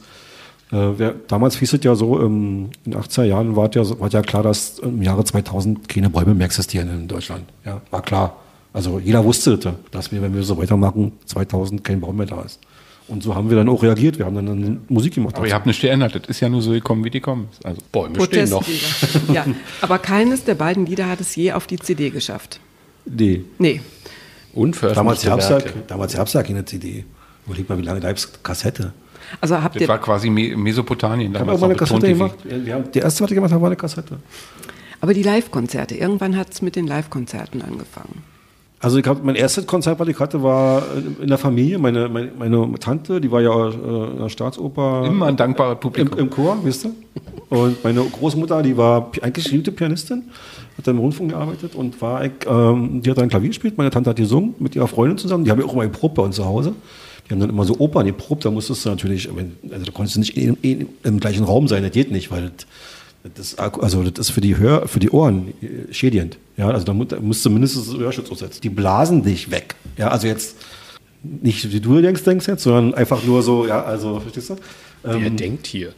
äh, wer, damals hieß es ja so, ähm, in den 80er Jahren war es ja, so- war es ja klar, dass im Jahre 2000 keine Bäume mehr existieren in Deutschland. Ja, war klar. Also jeder wusste, das, dass wir, wenn wir so weitermachen, 2000 kein Baum mehr da ist. Und so haben wir dann auch reagiert. Wir haben dann, dann Musik gemacht. Aber ihr habt nichts geändert. Das ist ja nur so gekommen, wie die kommen. ist. Also, Bäume stehen noch. Protestlieder. ja. Aber keines der beiden Lieder hat es je auf die CD geschafft. nee. Nee. Damals Unveröffentlichte gab es ja, Werke. damals gab's ja keine CD. Überleg mal, wie lange da gibt's Kassette. Also habt das war ihr, quasi Me- Mesopotamien. Ich habe auch damals mal eine noch Kassette Betontifi. gemacht. Ja, wir haben- Die erste, was ich gemacht habe, war eine Kassette. aber die Live-Konzerte, irgendwann hat es mit den Live-Konzerten angefangen. Also ich hab, mein erstes Konzert, was ich hatte, war äh, in- in der Familie. Meine, meine, meine Tante, die war ja äh, in der Staatsoper. Immer ein dankbares Im, Publikum. Im Chor, wisst ihr? Und meine Großmutter, die war pi- eigentlich gute Pianistin, hat dann im Rundfunk gearbeitet und war, ähm, die hat dann Klavier gespielt. Meine Tante hat gesungen mit ihrer Freundin zusammen. Die haben ja auch immer geprobt bei uns zu Hause. Die haben dann immer so Opern geprobt. Da musstest du natürlich, wenn- also da konntest du nicht in, in, im gleichen Raum sein, das geht nicht, weil das, Das, Akku- also das ist für die, Hör, für die Ohren äh, schädigend. Ja, also da mu- da musst du mindestens Hörschutz aufsetzen. Die blasen dich weg. Ja, also jetzt nicht wie du denkst, denkst jetzt, sondern einfach nur so, ja, also, verstehst du? Wer ähm, denkt hier?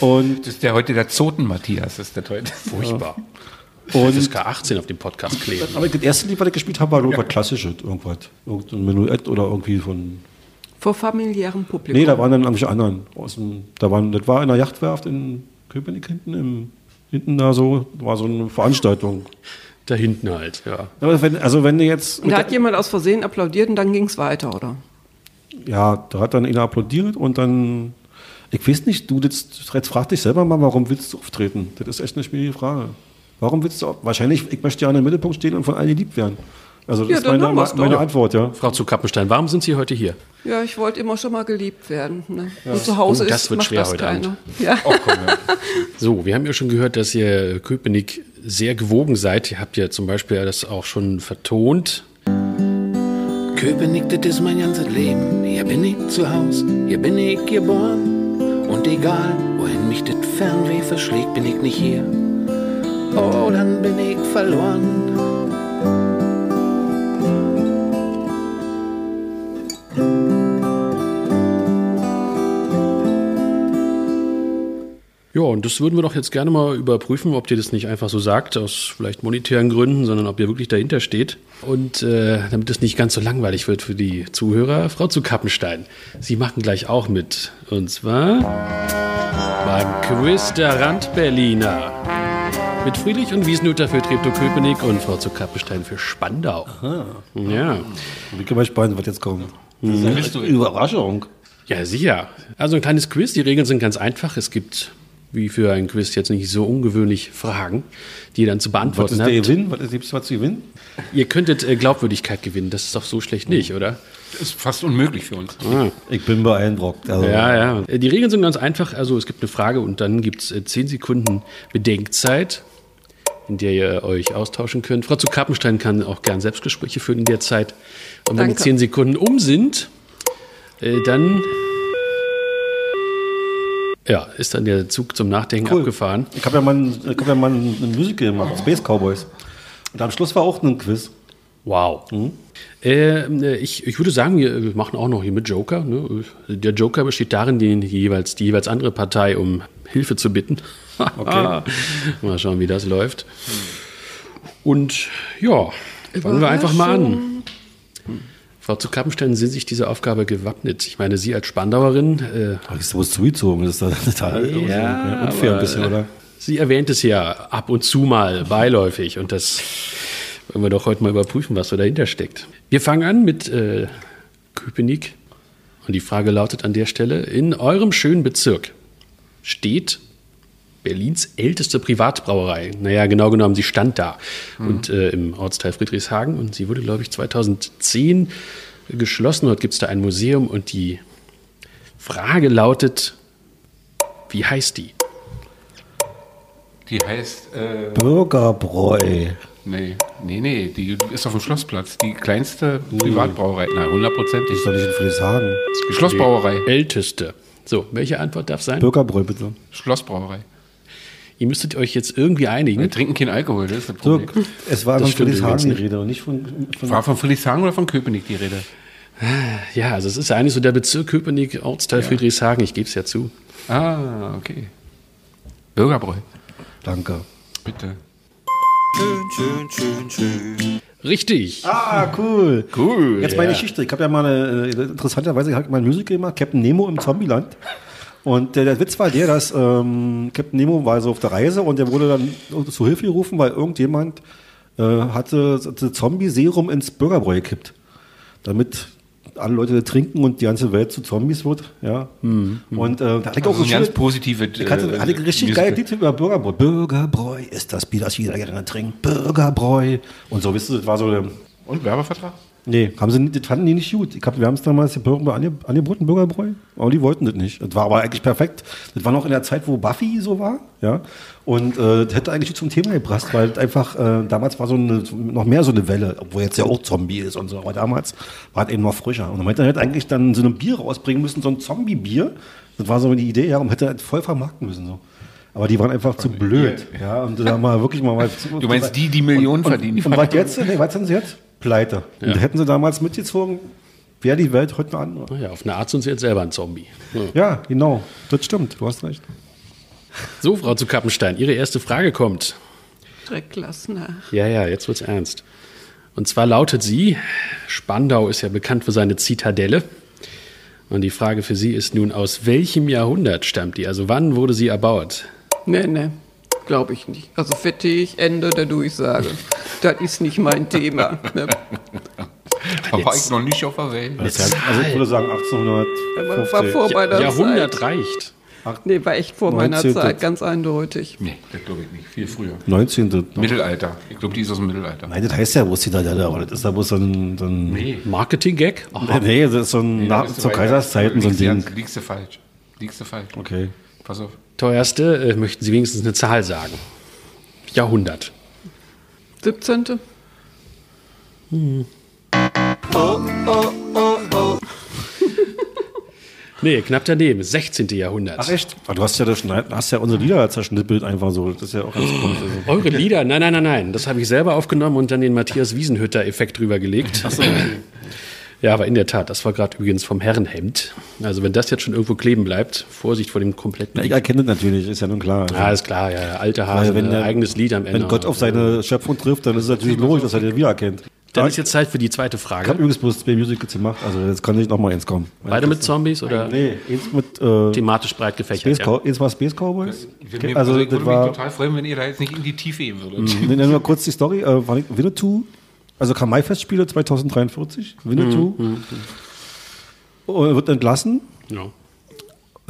Und, Das ist der heute der Zoten Matthias, ist der heute. Furchtbar. und FSK 18 auf dem Podcast kleben. aber das erste Lied, was ich gespielt habe, war irgendwas Klassisches, irgendwas. Irgendein Menuett oder irgendwie von Vor familiärem Publikum. Nee, da waren dann irgendwelche anderen. Aus dem, da waren, das war in der Yachtwerft in Köpenick hinten, im, hinten da so, war so eine Veranstaltung. Da hinten halt, ja. Aber wenn, also wenn du jetzt. Und da hat jemand aus Versehen applaudiert und dann ging es weiter, oder? ja, da hat dann einer applaudiert und dann. Ich weiß nicht, du, jetzt, jetzt frag dich selber mal, warum willst du auftreten? Das ist echt eine schwierige Frage. Warum willst du auf- Wahrscheinlich, ich möchte gerne im Mittelpunkt stehen und von allen geliebt werden. Also das Ja, ist dann meine, haben wir's doch. meine Antwort, ja. Frau zu Kappenstein, warum sind Sie heute hier? Ja, ich wollte immer schon mal geliebt werden. Ne? Und zu Hause Oh, das ist, wird macht schwer das heute keiner. Abend. Oh. Ja. So, wir haben ja schon gehört, dass ihr Köpenick sehr gewogen seid. Ihr habt ja zum Beispiel das auch schon vertont. Köpenick, das ist mein ganzes Leben. Hier bin ich zu Haus, hier bin ich geboren. Und egal, wohin mich das Fernweh verschlägt, bin ich nicht hier. Oh, dann bin ich verloren. Ja, und das würden wir doch jetzt gerne mal überprüfen, ob ihr das nicht einfach so sagt, aus vielleicht monetären Gründen, sondern ob ihr wirklich dahinter steht. Und äh, damit es nicht ganz so langweilig wird für die Zuhörer, Frau zu Kappenstein, Sie machen gleich auch mit. Und zwar beim Quiz der Randberliner. Mit Friedrich und Wiesnöter für Treptow-Köpenick und Frau zu Kappenstein für Spandau. Ja. Ich bin mal gespannt, was jetzt kommt. Das ist eine Überraschung. Ja, sicher. Also ein kleines Quiz. Die Regeln sind ganz einfach. Es gibt, wie für ein Quiz jetzt nicht so ungewöhnlich, Fragen, die ihr dann zu Was beantworten ist der habt. Gewinn? Was ist was zu gewinnen? Ihr könntet äh, Glaubwürdigkeit gewinnen. Das ist doch so schlecht nicht, oder? Das ist fast unmöglich für uns. Ich bin beeindruckt. Also, Ja, ja. Äh, Die Regeln sind ganz einfach. Also es gibt eine Frage und dann gibt es äh, 10 Sekunden Bedenkzeit, in der ihr euch austauschen könnt. Frau zu Kappenstein kann auch gern Selbstgespräche führen in der Zeit. Und wenn die Danke. 10 Sekunden um sind, äh, dann... Ja, ist dann der Zug zum Nachdenken abgefahren. Ich habe ja mal ein, ich hab ja mal ein, ein Musical gemacht, Space Cowboys. Und am Schluss war auch ein Quiz. Wow. Ähm, äh, ich, ich würde sagen, wir wir machen auch noch hier mit Joker. Ne? Der Joker besteht darin, den jeweils, die jeweils andere Partei um Hilfe zu bitten. okay. Mal schauen, wie das läuft. Und ja, fangen wir einfach mal an. Hm. Frau zu Kappenstein, sind sich dieser Aufgabe gewappnet? Ich meine, Sie als Spandauerin, Ach, ist sowas zugezogen. Das ist da total äh, ja, unfair aber, ein bisschen, äh, oder? Sie erwähnt es ja ab und zu mal beiläufig und das wollen wir doch heute mal überprüfen, was so dahinter steckt. Wir fangen an mit äh, Köpenick und die Frage lautet an der Stelle, in eurem schönen Bezirk steht Berlins älteste Privatbrauerei. Naja, genau genommen, sie stand da und äh, im Ortsteil Friedrichshagen und sie wurde, glaube ich, 2010 geschlossen. Dort gibt es da ein Museum und die Frage lautet, wie heißt die? Die heißt. Äh, Bürgerbräu. nee, nee, nee. Die ist auf dem Schlossplatz. Die kleinste Privatbrauerei. Na, hundertprozentig. Ist doch nicht in Friedrichshagen. Schlossbrauerei. Älteste. So, welche Antwort darf sein? Bürgerbräu, bitte. Schlossbrauerei. Hm? Ihr müsstet euch jetzt irgendwie Wir einigen. trinken keinen Alkohol, das ist das So, Problem. es war Das von stimmt Friedrichshagen übrigens die Rede und nicht von. von War von Friedrichshagen oder von Köpenick die Rede? Ja, also es ist ja eigentlich so der Bezirk Köpenick, Ortsteil Friedrichshagen, ich gebe es ja zu. Ah, okay. Bürgerbräu. Danke. Bitte. Richtig. Ah, cool. Cool. Jetzt meine Geschichte. Ich habe ja mal eine, äh, interessanterweise ich hab mal ein Musical gemacht, Captain Nemo im Zombieland. Und äh, der, der Witz war der, dass ähm, Captain Nemo war so auf der Reise und der wurde dann zu Hilfe gerufen, weil irgendjemand äh, hatte so- so Zombie-Serum ins Bürgerbräu gekippt. Damit alle Leute das trinken und die ganze Welt zu Zombies wird. Ja. Mhm. Und äh, da hatte ich auch Also ein ganz schöne- positive, Ich hatte, äh, hatte ein richtig Musical. geile Lied über Bürgerbräu. Bürgerbräu ist das Bier, das jeder gerne trinkt. Bürgerbräu. Und so, wisst ihr, das war so eine Und Werbevertrag? Nee, haben sie, nicht- das fanden die nicht gut. Ich hab, wir haben es damals den Bürger, ange, angeboten, Bürgerbräu, aber die wollten das nicht. Das war aber eigentlich perfekt. Das war noch in der Zeit, wo Buffy so war. Ja? Und äh, das hätte eigentlich gut zum Thema gepasst, weil das einfach, äh, damals war so eine, noch mehr so eine Welle, obwohl jetzt ja auch Zombie ist und so, aber damals war es eben noch frischer. Und man hätte halt eigentlich dann so ein Bier rausbringen müssen, so ein Zombie-Bier. Das war so die Idee, ja, und hätte das voll vermarkten müssen. So. Aber die waren einfach zu blöd. Ja, und da mal wirklich mal. Du meinst die, die Millionen verdienen? Und was jetzt? Nee, was haben sie jetzt? Pleite. Und hätten sie damals mitgezogen, wäre die Welt heute eine andere. Naja, auf eine Art sind sie jetzt selber ein Zombie. Ja. Ja, genau. Das stimmt. Du hast recht. So, Frau zu Kappenstein, Ihre erste Frage kommt. Dreck lass nach. Ja, ja, jetzt wird's ernst. Und zwar lautet sie: Spandau ist ja bekannt für seine Zitadelle. Und die Frage für Sie ist nun, aus welchem Jahrhundert stammt die? Also wann wurde sie erbaut? Nee, nee, glaube ich nicht. Also fettig, Ende der Durchsage. Das ist nicht mein Thema. Ne? Da war ich noch nicht auf der Welt. Das heißt, also ich würde sagen Man war 1850. vor meiner Jahrhundert Zeit. reicht. Nee, war echt vor meiner 19.. Zeit, ganz eindeutig. Nee, das glaube ich nicht. Viel früher. 19. Ne? Mittelalter. Ich glaube, die ist aus dem Mittelalter. Nein, das heißt ja bloß Zitadelle, aber das ist ja bloß so ein. So ein nee. Marketing-Gag? Aha. nee, das ist so ein. nach, Bist du zu weiter? Kaiserszeiten so ein Liegst du Ding. ganz- Liegst du falsch. Liegst du falsch. Okay. Pass auf. Teuerste, äh, möchten Sie wenigstens eine Zahl sagen? Jahrhundert. 17. Nee, knapp daneben, 16. Jahrhundert. Ach echt? Aber Du hast ja, das Schneid, hast ja unsere Lieder zerschnippelt einfach so. Das ist ja auch ganz komisch. Also. Eure Lieder? Nein, nein, nein, nein. Das habe ich selber aufgenommen und dann den Matthias Wiesenhütter-Effekt drüber gelegt. Ja, aber in der Tat, das war gerade übrigens vom Herrenhemd. Also wenn das jetzt schon irgendwo kleben bleibt, Vorsicht vor dem kompletten... Na, ich erkenne das natürlich, ist ja nun klar. Also, Ja, ist klar, ja, ja. alte Hase, weil wenn ne, der- eigenes Lied am Ende. Wenn Gott auf seine Schöpfung trifft, dann ist es natürlich logisch, dass er den wiedererkennt. Dann Ja, ist jetzt Zeit für die zweite Ich habe Frage. übrigens bloß zwei Musicals gemacht, also jetzt kann ich nochmal eins kommen. Beide mit Zombies oder Nee, eins mit äh, thematisch breit gefächert? Space Ja. Cow eins war Space Cowboys. Wenn mir- Also ich würde das mich war, Mhm. total freuen, wenn ihr da jetzt nicht in die Tiefe gehen würdet. ich nenne nur kurz die Story, äh, war nicht- Winnetou, also kam Mai-Festspiele 2043, Winnetou äh, wird entlassen, Ja.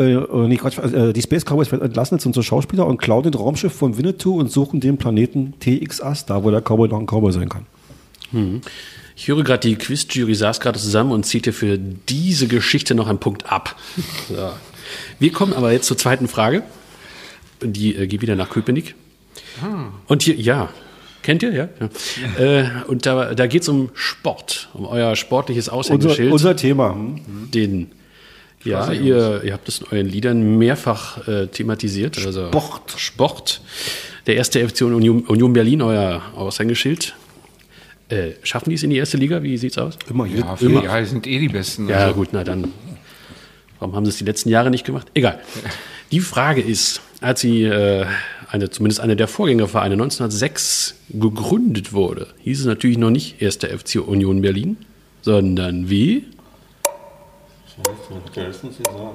äh, äh, nee, Quatsch, äh, die Space Cowboys werden entlassen, sind so Schauspieler und klauen den Raumschiff von Winnetou und suchen den Planeten TXAS, da wo der Cowboy noch ein Cowboy sein kann. Ich höre gerade, die Quiz-Jury saß gerade zusammen und zieht hier für diese Geschichte noch einen Punkt ab. So. Wir kommen aber jetzt zur zweiten Frage. Die äh, geht wieder nach Köpenick. Ah. Und hier, ja, kennt ihr? Ja. ja. Äh, und da, da geht es um Sport, um euer sportliches Unser, Aushängeschild. unser Thema. Hm? den, ja, ihr, ihr habt es in euren Liedern mehrfach äh, thematisiert. Also Sport. Sport. Der erste FC Union, Union Berlin, euer Aushängeschild. Äh, schaffen die es in die erste Liga? Wie sieht's aus? Immer hier. Ja, vier Jahre sind eh die besten. Ja, Also, gut, na dann. Warum haben sie es die letzten Jahre nicht gemacht? Egal. Die Frage ist, als sie äh, eine, zumindest eine der Vorgängervereine 1906 gegründet wurde, hieß es natürlich noch nicht erster FC Union Berlin, sondern wie?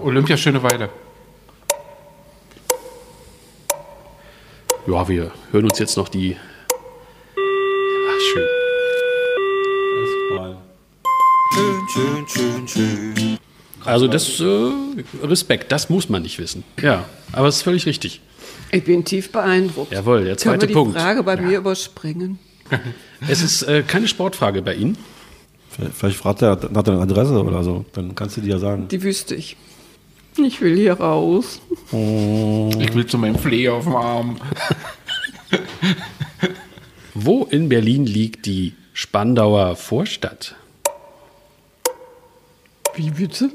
Olympia Schöneweide. Ja, wir hören uns jetzt noch die. Ach, schön. Also, das. Äh, Respekt, das muss man nicht wissen. Ja, aber es ist völlig richtig. Ich bin tief beeindruckt. Jawohl, der Können zweite wir die Punkt. Frage bei mir überspringen? Es ist äh, keine Sportfrage bei Ihnen. Vielleicht fragt er nach deiner Adresse oder so. Dann kannst du dir ja sagen. Die wüsste ich. Ich will hier raus. Mhm. Ich will zu meinem Pfleger auf dem Arm. Wo in Berlin liegt die Spandauer Vorstadt? Wie bitte?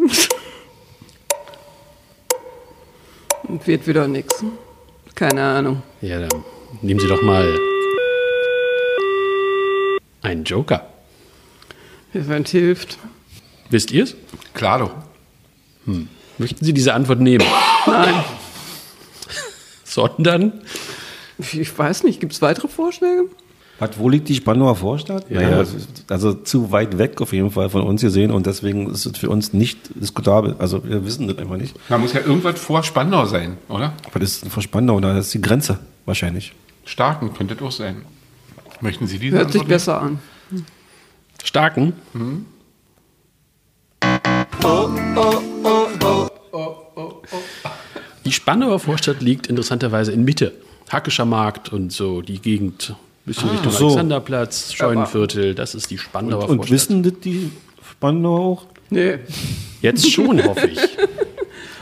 Und Wird wieder nix. Keine Ahnung. Ja, dann nehmen Sie doch mal. Einen Joker. Jemand hilft. Wisst ihr es? Klar doch. Möchten Sie diese Antwort nehmen? Nein. Sondern. Ich weiß nicht, gibt es weitere Vorschläge? Was, wo liegt die Spandauer Vorstadt? Naja, das ist- also zu weit weg auf jeden Fall von uns gesehen und deswegen ist es für uns nicht diskutabel. Also wir wissen das einfach nicht. Da muss ja irgendwas vor Spandau sein, oder? Was ist denn vor Spandau? Da ist die Grenze wahrscheinlich. Starken könnte das auch sein. Möchten Sie diese Hört sich Antwort nehmen? besser an. Starken. Die Spandauer Vorstadt liegt interessanterweise in Mitte. Hackischer Markt und so, die Gegend. Bisschen Richtung Ah, so. Alexanderplatz, Scheunenviertel, das ist die Spandauer Und Vorstadt. wissen das die Spandauer auch? Nee. Jetzt schon, hoffe ich.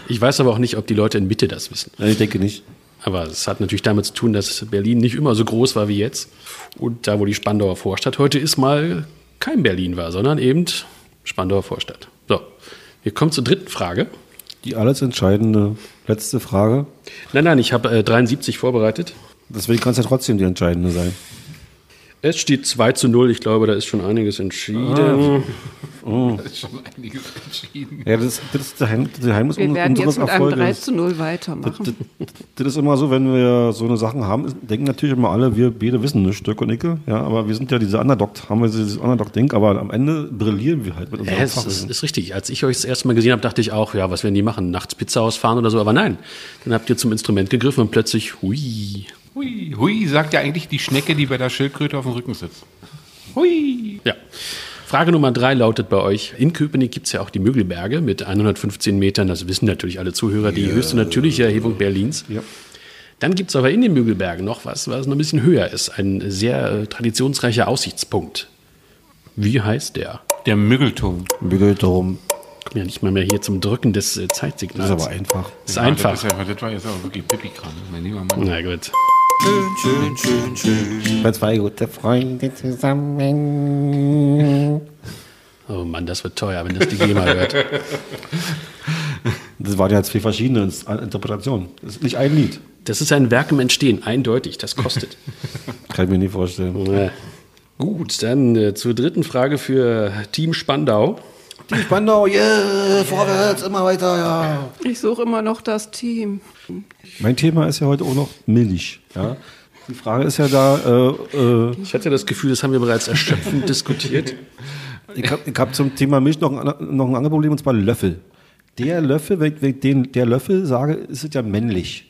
Ich weiß aber auch nicht, ob die Leute in Mitte das wissen. Nein, ich denke nicht. Aber es hat natürlich damit zu tun, dass Berlin nicht immer so groß war wie jetzt. Und da, wo die Spandauer Vorstadt heute ist, mal kein Berlin war, sondern eben Spandauer Vorstadt. So, wir kommen zur dritten Frage. Die alles entscheidende letzte Frage. Nein, nein, ich habe äh, 73 vorbereitet. Deswegen kann es ja trotzdem die entscheidende sein. Es steht 2 zu 0. Ich glaube, da ist schon einiges entschieden. Ja, das, das ist der Heim, das Geheimnis Wir un- werden unseres jetzt mit einem 3 Erfolges. zu 0 Das, weitermachen. das, das ist immer so, wenn wir so eine Sachen haben, ist- denken natürlich immer alle, wir beide wissen ein Stück und Icke, ja, aber wir sind ja diese Underdog, haben wir dieses Underdog-Ding, aber am Ende brillieren wir halt mit Ja, unserem es ist, Fachwissen. ist richtig. Als ich euch das erste Mal gesehen habe, dachte ich auch, ja, was werden die machen? Nachts Pizza ausfahren oder so. Aber nein, dann habt ihr zum Instrument gegriffen und plötzlich, hui. Hui, hui, sagt ja eigentlich die Schnecke, die bei der Schildkröte auf dem Rücken sitzt. Hui. Ja. Frage Nummer drei lautet bei euch, in Köpenick gibt es ja auch die Mögelberge mit 115 Metern, das wissen natürlich alle Zuhörer, die höchste natürliche Erhebung Berlins. Dann gibt es aber in den Mögelbergen noch was, was noch ein bisschen höher ist, ein sehr äh, traditionsreicher Aussichtspunkt. Wie heißt der? Der Müggelturm. Bügelt drum. Komm ja nicht mal mehr hier zum Drücken des äh, Das Zeitsignals. ist aber einfach. Ist einfach. Das, ist ja, das war jetzt aber wirklich Pipi-Kram, mein lieber Mann. Na gut. Wenn zwei gute Freunde zusammen. Oh Mann, das wird teuer, wenn das die GEMA hört. Das waren ja jetzt vier verschiedene Ins- Interpretationen. Das ist nicht ein Lied. Das ist ein Werk im Entstehen, eindeutig, das kostet. Kann ich mir nicht vorstellen. Äh, Gut, dann äh, zur dritten Frage für Team Spandau. Die Spandau, oh yeah, vorwärts, immer weiter, ja. Ich suche immer noch das Team. Mein Thema ist ja heute auch noch Milch. Ja? Die Frage ist ja da, äh, äh, Ich hatte das Gefühl, das haben wir bereits erschöpfend diskutiert. ich habe ich hab zum Thema Milch noch ein, ander- noch ein anderes Problem, und zwar Löffel. Der Löffel, wenn ich, wenn ich den, der Löffel sage, ist es ja männlich.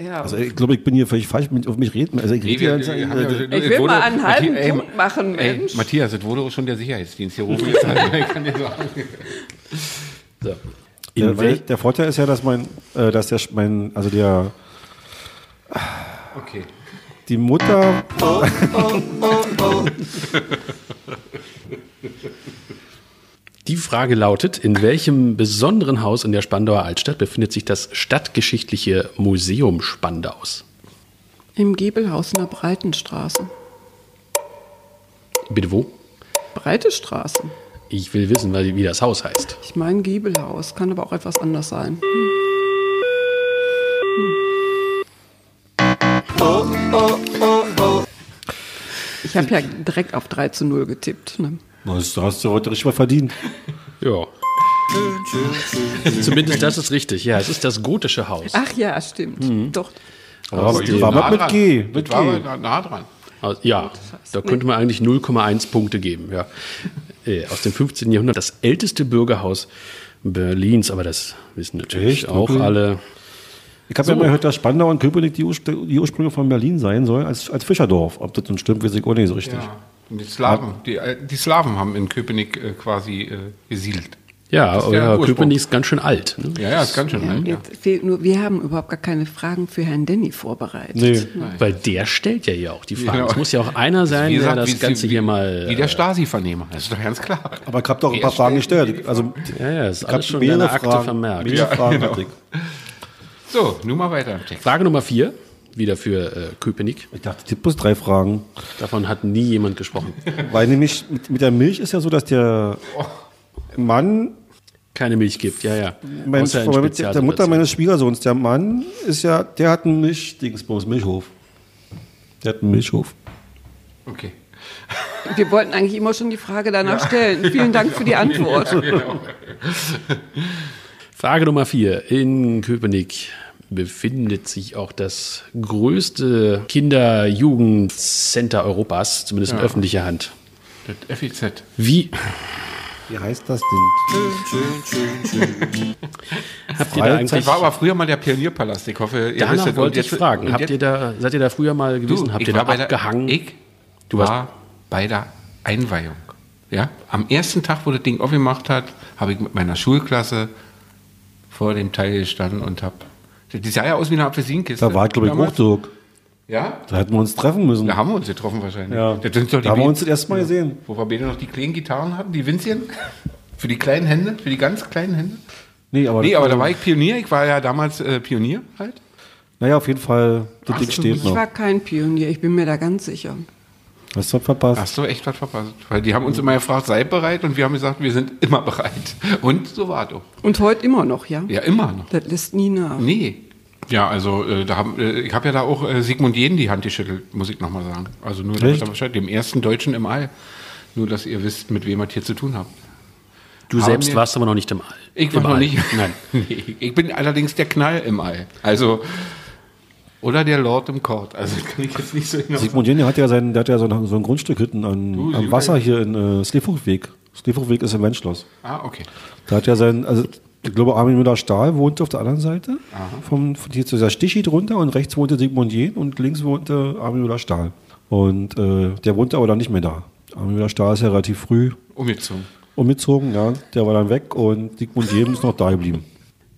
Ja. Also ich glaube, ich bin hier völlig falsch, mit, auf mich reden. Also ich rede Nee, die wir- ganze wir Zeit- haben ja- Ich es will wurde- mal einen Matthias- halben ey, Punkt machen, ey, Mensch. Matthias, das wurde schon der Sicherheitsdienst hier rufen. Jetzt an, ich kann dir sagen. So. In der, weil wel- der Vorteil ist ja, dass mein, äh, dass der, Sch- mein, also der, Okay. die Mutter die Frage lautet, in welchem besonderen Haus in der Spandauer Altstadt befindet sich das stadtgeschichtliche Museum Spandaus? Im Giebelhaus in der Breitenstraße. Bitte wo? Breite Straße. Ich will wissen, weil- wie das Haus heißt. Ich meine Giebelhaus, kann aber auch etwas anders sein. Hm. Hm. Oh, Ich habe ja direkt auf 3 zu 0 getippt. Ne? Na, Das hast du heute richtig mal verdient. Ja. Zumindest das ist richtig. Ja, es ist das gotische Haus. Ach ja, stimmt. Doch. Aber Das war nah mal mit dran. G. Das Mit war G. aber nah dran. Also, ja, da könnte man eigentlich 0,1 Punkte geben. Ja. Äh, Aus dem 15. Jahrhundert das älteste Bürgerhaus Berlins, aber das wissen natürlich Echt? auch Wirklich? alle. Ich habe ja mal gehört, dass Spandau und Köpenick die, Urspr die Ursprünge von Berlin sein sollen, als, als Fischerdorf. Ob das nun stimmt, weiß ich auch nicht so richtig. Ja. Und Die Slawen, die, äh, die Slawen haben in Köpenick äh, quasi äh, gesiedelt. Ja, Das ist der aber Ursprung. Köpenick ist ganz schön alt. Ne? Ja, ja, ist ganz schön alt. Ja. Jetzt fehlt nur, wir haben überhaupt gar keine Fragen für Herrn Denny vorbereitet. Nee. Weil der stellt ja hier auch die Fragen. Genau. Es muss ja auch einer sein, Wie gesagt, der das wie- Ganze wie- hier mal. äh, Wie der Stasi-Vernehmer, das ist doch ganz klar. Aber ich habe doch ein paar Fragen gestellt. Also, ja, ja, ist ich habe alles schon in deiner Akte vermerkt. Mehrere Fragen hatte ich. So, nun mal weiter. Jack. Frage Nummer 4, wieder für äh, Köpenick. Ich dachte, Tipp plus drei Fragen. Davon hat nie jemand gesprochen. Weil nämlich mit, mit der Milch ist ja so, dass der Mann, Keine Milch gibt, ja, ja. mein, Außer in vor allem mit der Mutter Spezialsituationen. meines Schwiegersohns, der Mann ist ja, der hat einen Milchdingsbums, Milchhof. Der hat einen Milchhof. Okay. Wir wollten eigentlich immer schon die Frage danach stellen. Vielen Dank für die Antwort. Frage Nummer 4. In Köpenick befindet sich auch das größte Kinder-Jugend-Center Europas, zumindest in öffentlicher Hand. Das FIZ. Wie Wie heißt das denn? habt ihr da Das eigentlich. war aber früher mal der Pionierpalast. Ich hoffe, ihr Danach das. Und wollte ich jetzt- fragen. und Habt jetzt- ihr da, seid ihr da früher mal gewesen? Du, habt ich ihr da war bei der- abgehangen? Ich Du warst- war bei der Einweihung. Ja? Am ersten Tag, wo das Ding aufgemacht hat, habe ich mit meiner Schulklasse vor dem Teil gestanden und habe. Das sah ja aus wie eine Apfelsinenkiste. Da war, glaube ich, damals. Hochdruck. Ja? Da hätten wir uns treffen müssen. Da haben wir uns getroffen wahrscheinlich. Ja. Das sind doch die da haben wir Be- uns das erste Mal gesehen. Wo wir beide noch die kleinen Gitarren hatten, die Winzchen. Für die kleinen Hände, für die ganz kleinen Hände. Nee, aber, Nee, aber da war ich Pionier. Ich war ja damals äh, Pionier halt. Naja, auf jeden Fall, das Ding steht Ich noch. war kein Pionier, ich bin mir da ganz sicher. Hast du was verpasst? Hast du echt was verpasst? Weil die haben uns immer gefragt, seid bereit und wir haben gesagt, wir sind immer bereit. Und so war doch. Und heute immer noch, ja? Ja, immer noch. Das lässt nie nach. Nee. Ja, also äh, da haben, äh, ich habe ja da auch äh, Sigmund Jähn die Hand geschüttelt, muss ich nochmal sagen. Also nur damit Echt? ihr Bescheid, dem ersten Deutschen im All. Nur, dass ihr wisst, mit wem ihr hier zu tun habt. Du Haben selbst wir- warst aber noch nicht im All. Ich Im war noch All. nicht. Nein. nee, ich bin allerdings der Knall im All. Also oder der Lord im Court. Also das kann ich jetzt nicht so genau. Sigmund Jenny hat ja, sein, der hat ja so ein, so ein Grundstück hinten an, am Sigmund. Wasser hier in äh, Sleefuchweg. Sleefuchweg ist im Wendschloss. Ah, okay. Da hat ja sein, also ich glaube Armin Müller-Stahl wohnte auf der anderen Seite. Vom, von hier zu dieser Stichi drunter und rechts wohnte Sigmund Jähn und links wohnte Armin Müller-Stahl. Und äh, der wohnte aber dann nicht mehr da. Armin Müller-Stahl ist ja relativ früh Umgezogen. umgezogen, ja. Der war dann weg und Sigmund Jähn ist noch da geblieben.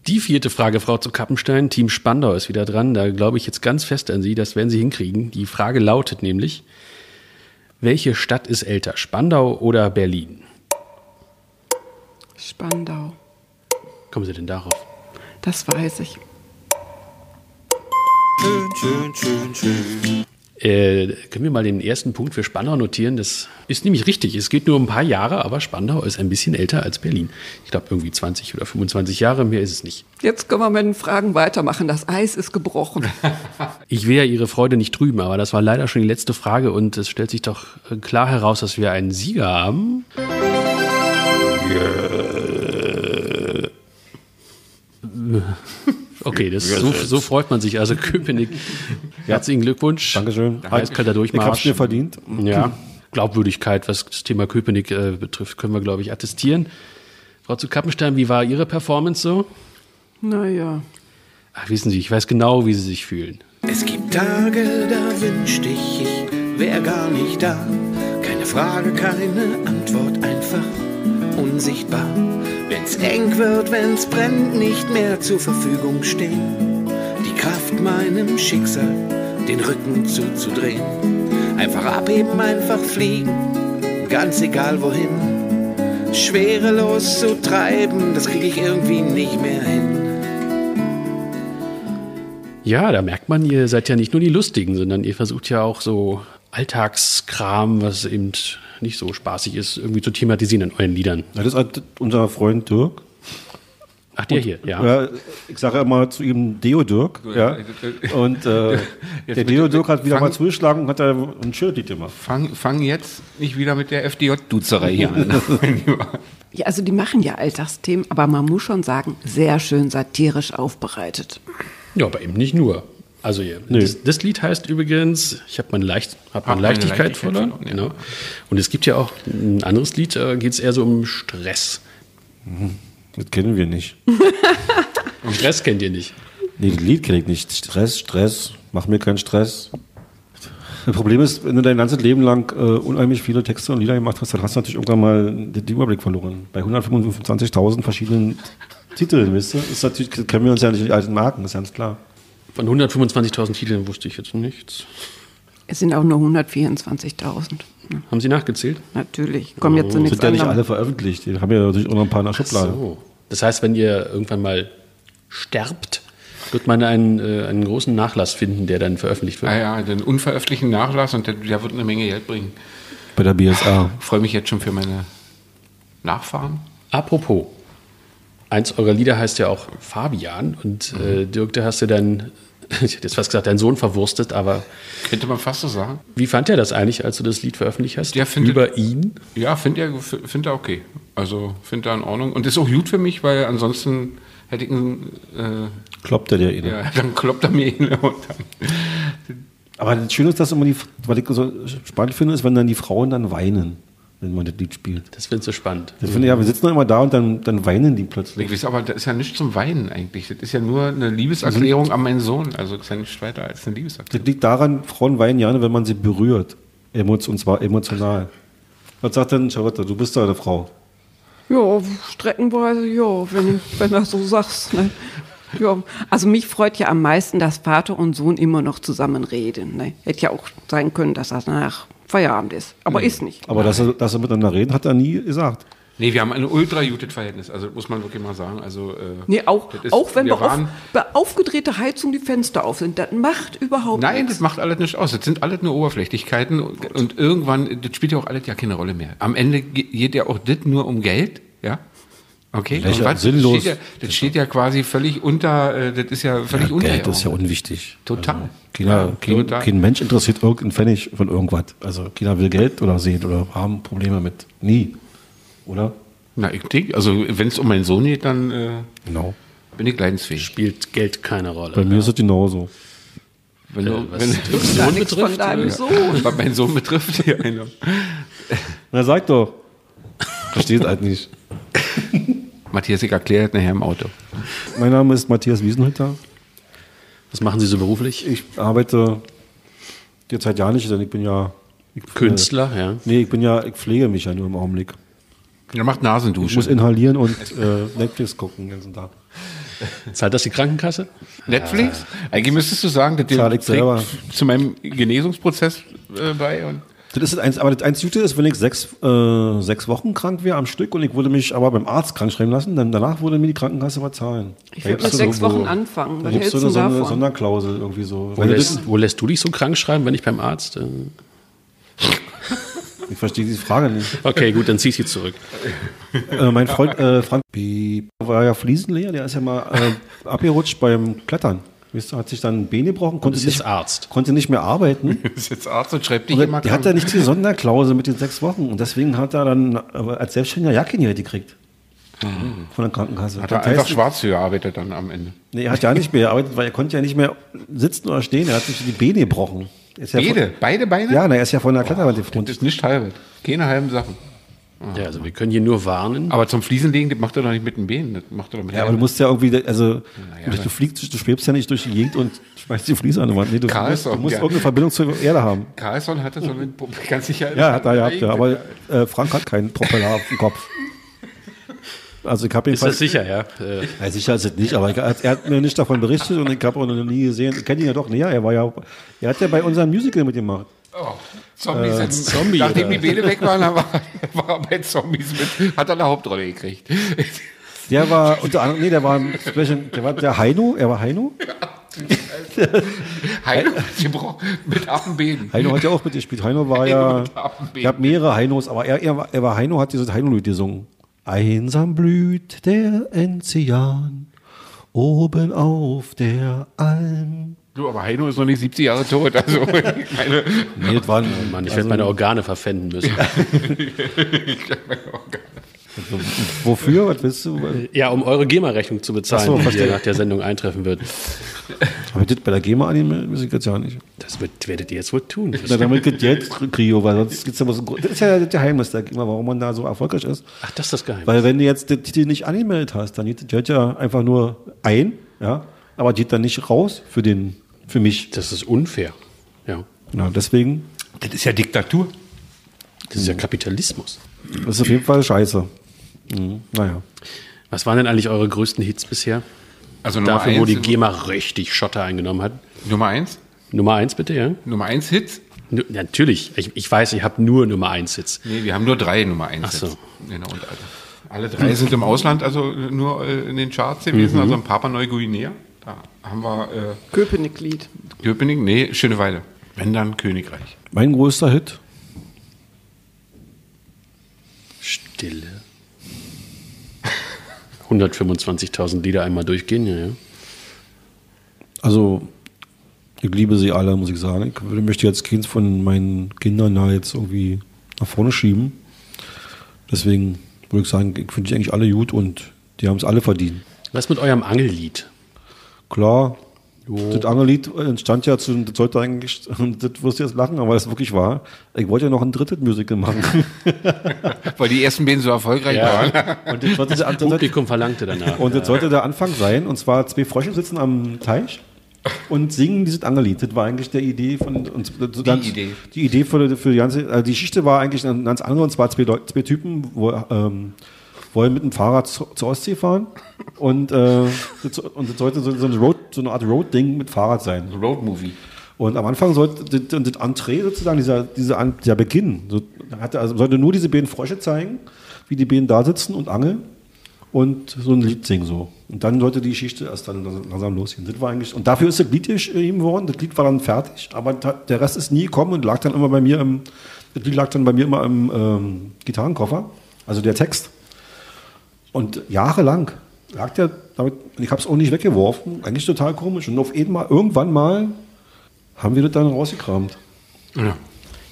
Die vierte Frage, Frau zu Kappenstein. Team Spandau ist wieder dran. Da glaube ich jetzt ganz fest an Sie. Das werden Sie hinkriegen. Die Frage lautet nämlich, welche Stadt ist älter, Spandau oder Berlin? Spandau. Kommen Sie denn darauf? Das weiß ich. Äh, können wir mal den ersten Punkt für Spandau notieren? Das ist nämlich richtig. Es geht nur um ein paar Jahre, aber Spandau ist ein bisschen älter als Berlin. Ich glaube irgendwie 20 oder 25 Jahre, mehr ist es nicht. Jetzt können wir mit den Fragen weitermachen. Das Eis ist gebrochen. Ich will ja Ihre Freude nicht trüben, aber das war leider schon die letzte Frage und es stellt sich doch äh, klar heraus, dass wir einen Sieger haben. Äh, Okay, das, so, so freut man sich. Also Köpenick, herzlichen Glückwunsch. Dankeschön. Eiskalter Ich hab's Durchmarsch. mir verdient. Ja, Glaubwürdigkeit, was das Thema Köpenick äh, betrifft, können wir, glaube ich, attestieren. Frau zu Kappenstein, wie war Ihre Performance so? Naja. Ach, wissen Sie, ich weiß genau, wie Sie sich fühlen. Es gibt Tage, da wünschte ich, ich wär gar nicht da. Keine Frage, keine Antwort, einfach unsichtbar. Wenn's eng wird, wenn's brennt, nicht mehr zur Verfügung stehen. Die Kraft meinem Schicksal, den Rücken zuzudrehen. Einfach abheben, einfach fliegen, ganz egal wohin. Schwerelos zu treiben, das krieg ich irgendwie nicht mehr hin. Ja, da merkt man, ihr seid ja nicht nur die Lustigen, sondern ihr versucht ja auch so Alltagskram, was eben nicht so spaßig ist, irgendwie zu thematisieren in euren Liedern. Ja, Das hat unser Freund Dirk. Ach, der hier, ja. Ja, ich sage ja immer zu ihm Deo Dirk. Ja. Und äh, der mit- Deo Dirk hat wieder fang- mal zugeschlagen und hat da ein Schildlied gemacht. Fang, fang jetzt nicht wieder mit der FDJ-Duzerei hier an. Ja, also die machen ja Alltagsthemen, aber man muss schon sagen, sehr schön satirisch aufbereitet. Ja, aber eben nicht nur. Also ihr, das, das Lied heißt übrigens, ich habe meine, Leicht, hab meine meine Leichtigkeit, Leichtigkeit verloren. verloren, ja. Genau. Und es gibt ja auch ein anderes Lied, äh, geht es eher so um Stress. Das kennen wir nicht. Und Stress kennt ihr nicht. Nee, das Lied kenne ich nicht. Stress, Stress, mach mir keinen Stress. Das Problem ist, wenn du dein ganzes Leben lang äh, unheimlich viele Texte und Lieder gemacht hast, dann hast du natürlich irgendwann mal den den Überblick verloren. Bei 125.000 verschiedenen Titeln, weißt du? Ist natürlich, können wir uns ja nicht die alten Marken, ist ganz klar. Von 125.000 Titeln wusste ich jetzt nichts. Es sind auch nur 124.000. ne, Haben Sie nachgezählt? Natürlich. Kommen jetzt zu nichts Oh, Sind ja nicht anderem. alle veröffentlicht. Die haben ja natürlich auch noch ein paar in der Schublade. So. Das heißt, wenn ihr irgendwann mal sterbt, wird man einen, äh, einen großen Nachlass finden, der dann veröffentlicht wird. ah ja, den unveröffentlichten Nachlass und der, der wird eine Menge Geld bringen. Bei der BSA. Ich freue mich jetzt schon für meine Nachfahren. Apropos, eins eurer Lieder heißt ja auch Fabian und äh, Mhm. Dirk, da hast du dann, ich hätte jetzt fast gesagt, deinen Sohn verwurstet, aber Könnte man fast so sagen. wie fand er das eigentlich, als du das Lied veröffentlicht hast? Der findet- Über ihn? Ja, finde er, find er okay. Also finde er in Ordnung. Und ist auch gut für mich, weil ansonsten hätte ich einen, Kloppt er dir eh. äh, ja, dann kloppt er mir ihn und dann. Aber das Schöne ist, dass immer die, was ich so spannend finde, ist, wenn dann die Frauen dann weinen, wenn man das Lied spielt. Das findest du spannend. Das finde ich, ja, wir sitzen dann immer da und dann, dann weinen die Ich plötzlich. weiß aber, das ist ja nichts zum Weinen eigentlich. Das ist ja nur eine Liebeserklärung an meinen Sohn. Also das ist ja nicht weiter als eine Das Liebeserklärung. liegt daran, Frauen weinen gerne, wenn man sie berührt. Emotion, und zwar emotional. Was sagt denn Charlotte? Du bist doch eine Frau. Ja, streckenweise, ja, wenn, ich- wenn du das so sagst. Ne? Ja, also mich freut ja am meisten, dass Vater und Sohn immer noch zusammen reden. Ne? Hätte ja auch Mhm. sein können, dass das nach Feierabend ist. Aber ist nicht. Aber dass, er, dass er miteinander reden, hat er nie gesagt. Nee, wir haben ein ultra gutes Verhältnis, also muss man wirklich mal sagen. Also, äh, Nee, auch, das ist- auch wenn wir bei, waren- auf, bei aufgedrehter Heizung die Fenster auf sind, das macht überhaupt Nein, nichts. das macht alles nicht aus. Das sind alles nur Oberflächlichkeiten und, und irgendwann, das spielt ja auch alles ja keine Rolle mehr. Am Ende ge- geht ja auch das nur um Geld, ja? Okay, und Lächerlich, was? sinnlos. Das steht, ja, das steht ja quasi völlig unter, äh, das ist ja völlig Ja, unter. Geld ist ja unwichtig. Total. Also, keiner, Ja, kein, total. kein Mensch interessiert irgendeinen Pfennig von irgendwas. Also keiner will Geld oder sehen oder haben Probleme mit. Nie. Oder? Na, ich denke, also wenn es um meinen Sohn geht, dann äh, Genau. bin ich leidensfähig. Spielt Geld keine Bei Rolle. Äh, mir ist es genauso. Wenn, du, Was wenn, die Sohn nichts von betrifft, deinem äh, Sohn. was meinen Sohn betrifft, ja, genau. Na sag doch. Versteht halt nicht. Matthias, ich erkläre das nachher im Auto. Mein Name ist Matthias Wiesenhütter. was machen Sie so beruflich? Ich arbeite jetzt seit Jahren nicht, denn ich bin äh, ja. Ich pflege- Künstler, ja. Nee, ich bin ja, ich pflege mich ja nur im Augenblick. Er macht Nasendusche. Ich muss inhalieren und äh, Netflix gucken den ganzen Tag. Zahlt das die Krankenkasse? Netflix? Eigentlich müsstest du sagen, dass dir Klar, ich selber. trägt zu meinem Genesungsprozess äh, bei. Und Das ist das eins, aber das eins Gute ist, wenn ich sechs, äh, sechs Wochen krank wäre am Stück und ich würde mich aber beim Arzt krank schreiben lassen, dann danach würde mir die Krankenkasse was zahlen. Ich Da würde gibt's mit so sechs irgendwo- Wochen anfangen. Da Was gibt hältst es so du eine Sonder davon? Sonderklausel irgendwie so. Also Wo Wenn du lässt, wo lässt du dich so krank schreiben, wenn ich beim Arzt? Äh, das- ich verstehe diese Frage nicht. Okay, gut, dann zieh ich sie zurück. äh, mein Freund äh, Frank Piep war ja Fliesenleger, der ist ja mal äh, abgerutscht beim Klettern. Weißt du, Hat sich dann ein Bein gebrochen, konnte ist jetzt nicht, Arzt. konnte nicht mehr arbeiten. ist jetzt Arzt und schreibt dich Und immer der hat ja nicht diese Sonderklausel mit den sechs Wochen. Und deswegen hat er dann äh, als Selbstständiger ja kein Geld gekriegt. Von der Krankenkasse. Mhm. Hat er Das einfach heißt, schwarz gearbeitet dann am Ende. Nee, er hat ja nicht mehr gearbeitet, weil er konnte ja nicht mehr sitzen oder stehen. Er hat sich die Beine gebrochen. Er Ist ja Beide, beide Beine? Von, ja, na, er ist ja von der Kletterwand gefroren. Das ist nicht halbe. Keine halben Sachen. Ja, also wir können hier nur warnen. Aber zum Fliesenlegen, das macht er doch nicht mit den Beinen. Das macht er doch mit Ja, aber du musst ja irgendwie, also du fliegst, du schwebst ja nicht durch die Gegend und schmeißt die Fliese an die Wand. Nee, du, du Karl ist musst, du auch- musst ja. irgendeine Verbindung zur Erde haben. Carlson hatte so einen Puppe, ganz sicher. Ja, hat er gehabt, ja. Aber äh, Frank hat keinen Propeller auf dem Kopf. Also ich habe Ist das sicher, ja? Äh, Ja, sicher ist es also nicht, aber er hat- er hat mir nicht davon berichtet und ich habe auch noch nie gesehen. Ich kenne ihn ja doch näher. Er war ja, er hat ja bei unserem Musical mitgemacht. Oh, Zombies. Äh, Zombie, Nachdem die äh. Beine weg waren, dann war, war er bei Zombies mit. Hat er eine Hauptrolle gekriegt. Der war unter anderem, nee, der war, ein Special- der war der Heino, er war Heino. Heino gebrochen mit Affenbeben. Heino hat ja auch mitgespielt. Heino war ja, ich habe mehrere Heinos, aber er, er, war, er war Heino, hat dieses Heino-Lied gesungen. Einsam blüht der Enzian, oben auf der Alm. Du, aber Heino ist noch nicht 70 Jahre tot. Also, ich meine, Nee, das war ein, Mann, ich werde meine Organe verpfänden müssen. wofür, was willst du? Ja, um eure GEMA-Rechnung zu bezahlen, Ach so, die hier verstehe. nach der Sendung eintreffen wird. Habe ich das bei der GEMA animiert? Weiß ich jetzt ja nicht. Das wird, werdet ihr jetzt wohl tun. Na, damit geht jetzt Krio, weil sonst gibt's ja was. Das ist ja das Geheimnis, da, GEMA, warum man da so erfolgreich ist. Ach, das ist das Geheimnis. Weil wenn du jetzt den Titel nicht angemeldet hast, dann geht das Geld ja einfach nur ein, ja, aber geht dann nicht raus für den, für mich. Das ist unfair. Ja, Na, deswegen das ist ja Diktatur. das Hm. ist ja Kapitalismus. ist es auf jeden Fall scheiße. Mhm. Naja. Was waren denn eigentlich eure größten Hits bisher? Also Nummer Dafür, wo die eins, GEMA richtig Schotter eingenommen hat. Nummer eins, Nummer eins bitte, ja? Nummer eins Hits. Nu- Natürlich. Ich, ich weiß, ich habe nur Nummer eins Hits. Nee, wir haben nur drei Nummer eins Ach so. Hits. Genau, und alle, alle drei sind im Ausland, also nur äh, in den Charts gewesen, also in Papua Neuguinea. Da haben wir Köpenick-Lied. äh, Köpenick, nee, Schöneweide. Wenn dann Königreich. Mein größter Hit, Stille. 125.000 Lieder einmal durchgehen, ja, ja. also ich liebe sie alle, muss ich sagen. Ich würde- möchte jetzt keins von meinen Kindern da jetzt irgendwie nach vorne schieben. Deswegen würde ich sagen, ich finde die eigentlich alle gut und die haben es alle verdient. Was mit eurem Angellied? Also Klar. Das Angellied entstand ja zu, das sollte eigentlich, das wirst du jetzt lachen, aber das ist wirklich wahr. Ich wollte ja noch ein drittes Musical machen. Weil die ersten beiden so erfolgreich waren. Und das, sollte der, An- das, sollte- Publikum verlangte danach. und das sollte der Anfang sein. Und zwar zwei Frösche sitzen am Teich und singen dieses Angellied. Das war eigentlich der Idee von und so ganz- Idee. Die Idee für, für die ganze, also die Geschichte war eigentlich eine ganz andere. Und zwar zwei, Leu- zwei Typen wo, ähm, wollen mit dem Fahrrad zu, zur Ostsee fahren und, äh, das, und das sollte so, so, eine Road, so eine Art Road-Ding mit Fahrrad sein. Roadmovie. Und am Anfang sollte das, das Entree sozusagen, dieser, dieser, An- dieser Beginn, so, hatte, also sollte nur diese beiden Frösche zeigen, wie die beiden da sitzen und angeln und so ein Lied singen so. Und dann sollte die Geschichte erst dann langsam losgehen. Das war eigentlich, und dafür ist das Lied geschrieben worden, das Lied war dann fertig, aber ta- der Rest ist nie gekommen und lag dann immer bei mir im, das Lied lag dann bei mir immer im ähm, Gitarrenkoffer, also der Text. Und jahrelang lag der damit, und ich habe es auch nicht weggeworfen, eigentlich total komisch. Und auf jeden Mal, irgendwann mal haben wir das dann rausgekramt.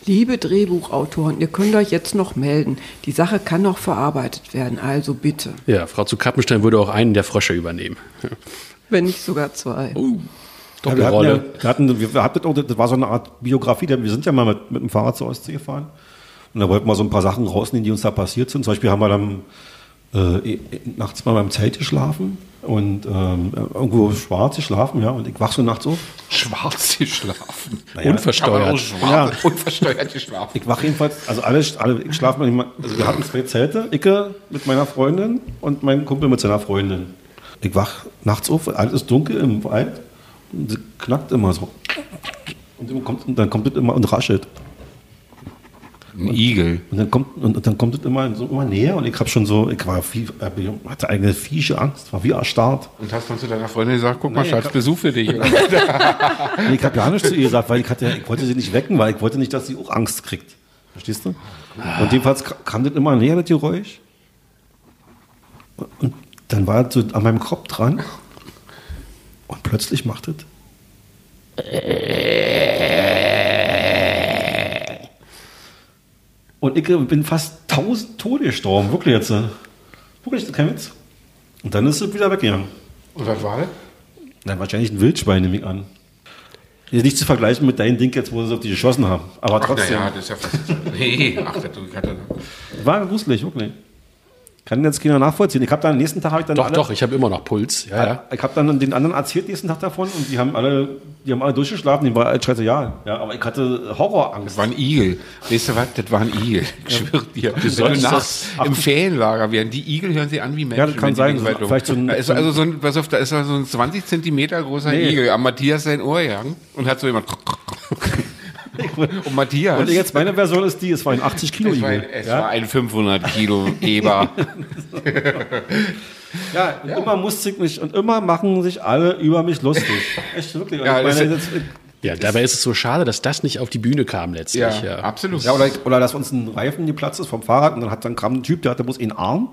Liebe Drehbuchautoren, ihr könnt euch jetzt noch melden. Die Sache kann noch verarbeitet werden, also bitte. Ja, Frau zu Kappenstein würde auch einen der Frösche übernehmen. Wenn nicht sogar zwei. Ja, wir, hatten ja, wir, hatten, wir, wir hatten auch, das war so eine Art Biografie, denn wir sind ja mal mit, mit dem Fahrrad zur Ostsee gefahren und da wollten wir so ein paar Sachen rausnehmen, die uns da passiert sind. Zum Beispiel haben wir dann äh, eh- eh, nachts mal beim Zelt geschlafen und ähm, irgendwo schwarz geschlafen, ja, und ich wach so nachts auf. Schwarz geschlafen. Unversteuert. Schwarz, Unversteuert geschlafen. Ich wach jedenfalls, also alle, alle ich schlafe manchmal, also wir hatten zwei Zelte, Icke mit meiner Freundin und mein Kumpel mit seiner Freundin. Ich wach nachts auf, alles ist dunkel im Wald und sie knackt immer so. Und dann kommt, und dann kommt das immer und raschelt. Ein Igel. Und dann kommt, und, und dann kommt das immer, so immer näher und ich habe schon so, ich war viel, äh, hatte eigene fiesche Angst, war wie erstarrt. Und hast dann zu deiner Freundin gesagt, guck mal, Nee, Schatz, ich- Besuch für dich. Und ich habe gar nichts zu ihr gesagt, weil ich, hatte, ich wollte sie nicht wecken, weil ich wollte nicht, dass sie auch Angst kriegt. Verstehst du? Und jedenfalls ka- kam das immer näher, das Geräusch. Und dann war das so an meinem Kopf dran. Und plötzlich macht es. Und ich bin fast tausend Tode gestorben, wirklich jetzt. äh. Wirklich, kein Witz. Und dann ist es wieder weggegangen. Und was war das? Nein, wahrscheinlich ein Wildschwein, nehme ich an. Ist nicht zu vergleichen mit deinem Ding jetzt, wo sie auf die geschossen haben. Aber trotzdem. Naja, das ist ja fast. Nee, ach, das tut gerade. War gruselig, wirklich. Kann jetzt keiner nachvollziehen. Ich habe dann am nächsten Tag habe ich dann Doch, alle, doch, ich habe immer noch Puls. Ja, ja. Ich habe dann den anderen erzählt nächsten Tag davon und die haben alle, die haben alle durchgeschlafen, die waren alle scheiße ja. ja. Aber ich hatte Das Horrorangst. war ein Igel. Weißt du was? Das war ein Igel. Ich schwöre dir. Wenn du solltest nachts das- im Ferienlager wären, die Igel hören sie an wie Menschen. Ja, das kann wenn die sein. den Wald um- Vielleicht so ein- da ist also so ein, pass auf, da ist also so ein 20 Zentimeter großer Nee. Igel. Am Matthias sein Ohr gehangen und hat so jemand. und Matthias. Und jetzt meine Version ist die, es war ein 80 Kilo es war ein, Igel. es war Ja, ein 500 Kilo Eber. ja, und immer musste ich mich und immer machen sich alle über mich lustig. Echt wirklich. Und Ja, ich das meine, ist- jetzt- ja, dabei ist es so schade, dass das nicht auf die Bühne kam letztlich. Ja, absolut. Ja, oder, oder dass uns ein Reifen geplatzt ist vom Fahrrad und dann hat dann kam ein Typ, der hatte bloß einen Arm.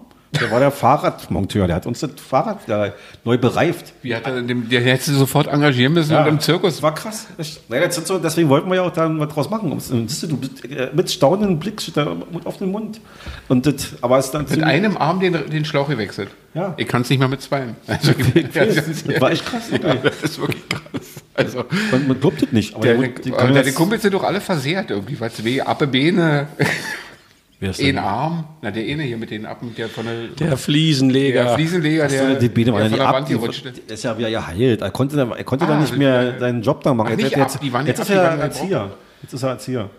Der war der Fahrradmonteur, der hat uns das Fahrrad ja, neu bereift. Wie hat er dem, der hätte sie sofort engagieren müssen und im Zirkus. Das war krass. Echt. Naja, jetzt sind so, deswegen wollten wir ja auch dann was draus machen. Und Siehst du, du bist äh, mit staunendem Blick steht der Mund auf den Mund. Und das, aber es ist dann Mit ziemlich- einem Arm den, den Schlauch gewechselt. Ja. Ich kann es nicht mal mit zweien. Also, das war echt krass. Ja, wirklich. das ist wirklich krass. Also, Man, man glaubt das nicht. Aber der, gut, die können deine das- Kumpels sind doch alle versehrt irgendwie. Was weh, Appe, Bene, Wer ist ein denn? Arm. Na, der eine hier mit den Appen, der von der, Der Fliesenleger. der Fliesenleger, der, Die Bene der war ja von nicht der ab. Wand Die, gerutscht ist. der ist ja wieder geheilt. Er konnte dann, er konnte Ah, dann nicht mehr seinen Job da machen. Ach, Jetzt, nicht jetzt, ab, die waren jetzt, nicht ist ab, die er waren Erzieher. Jetzt ist er Erzieher.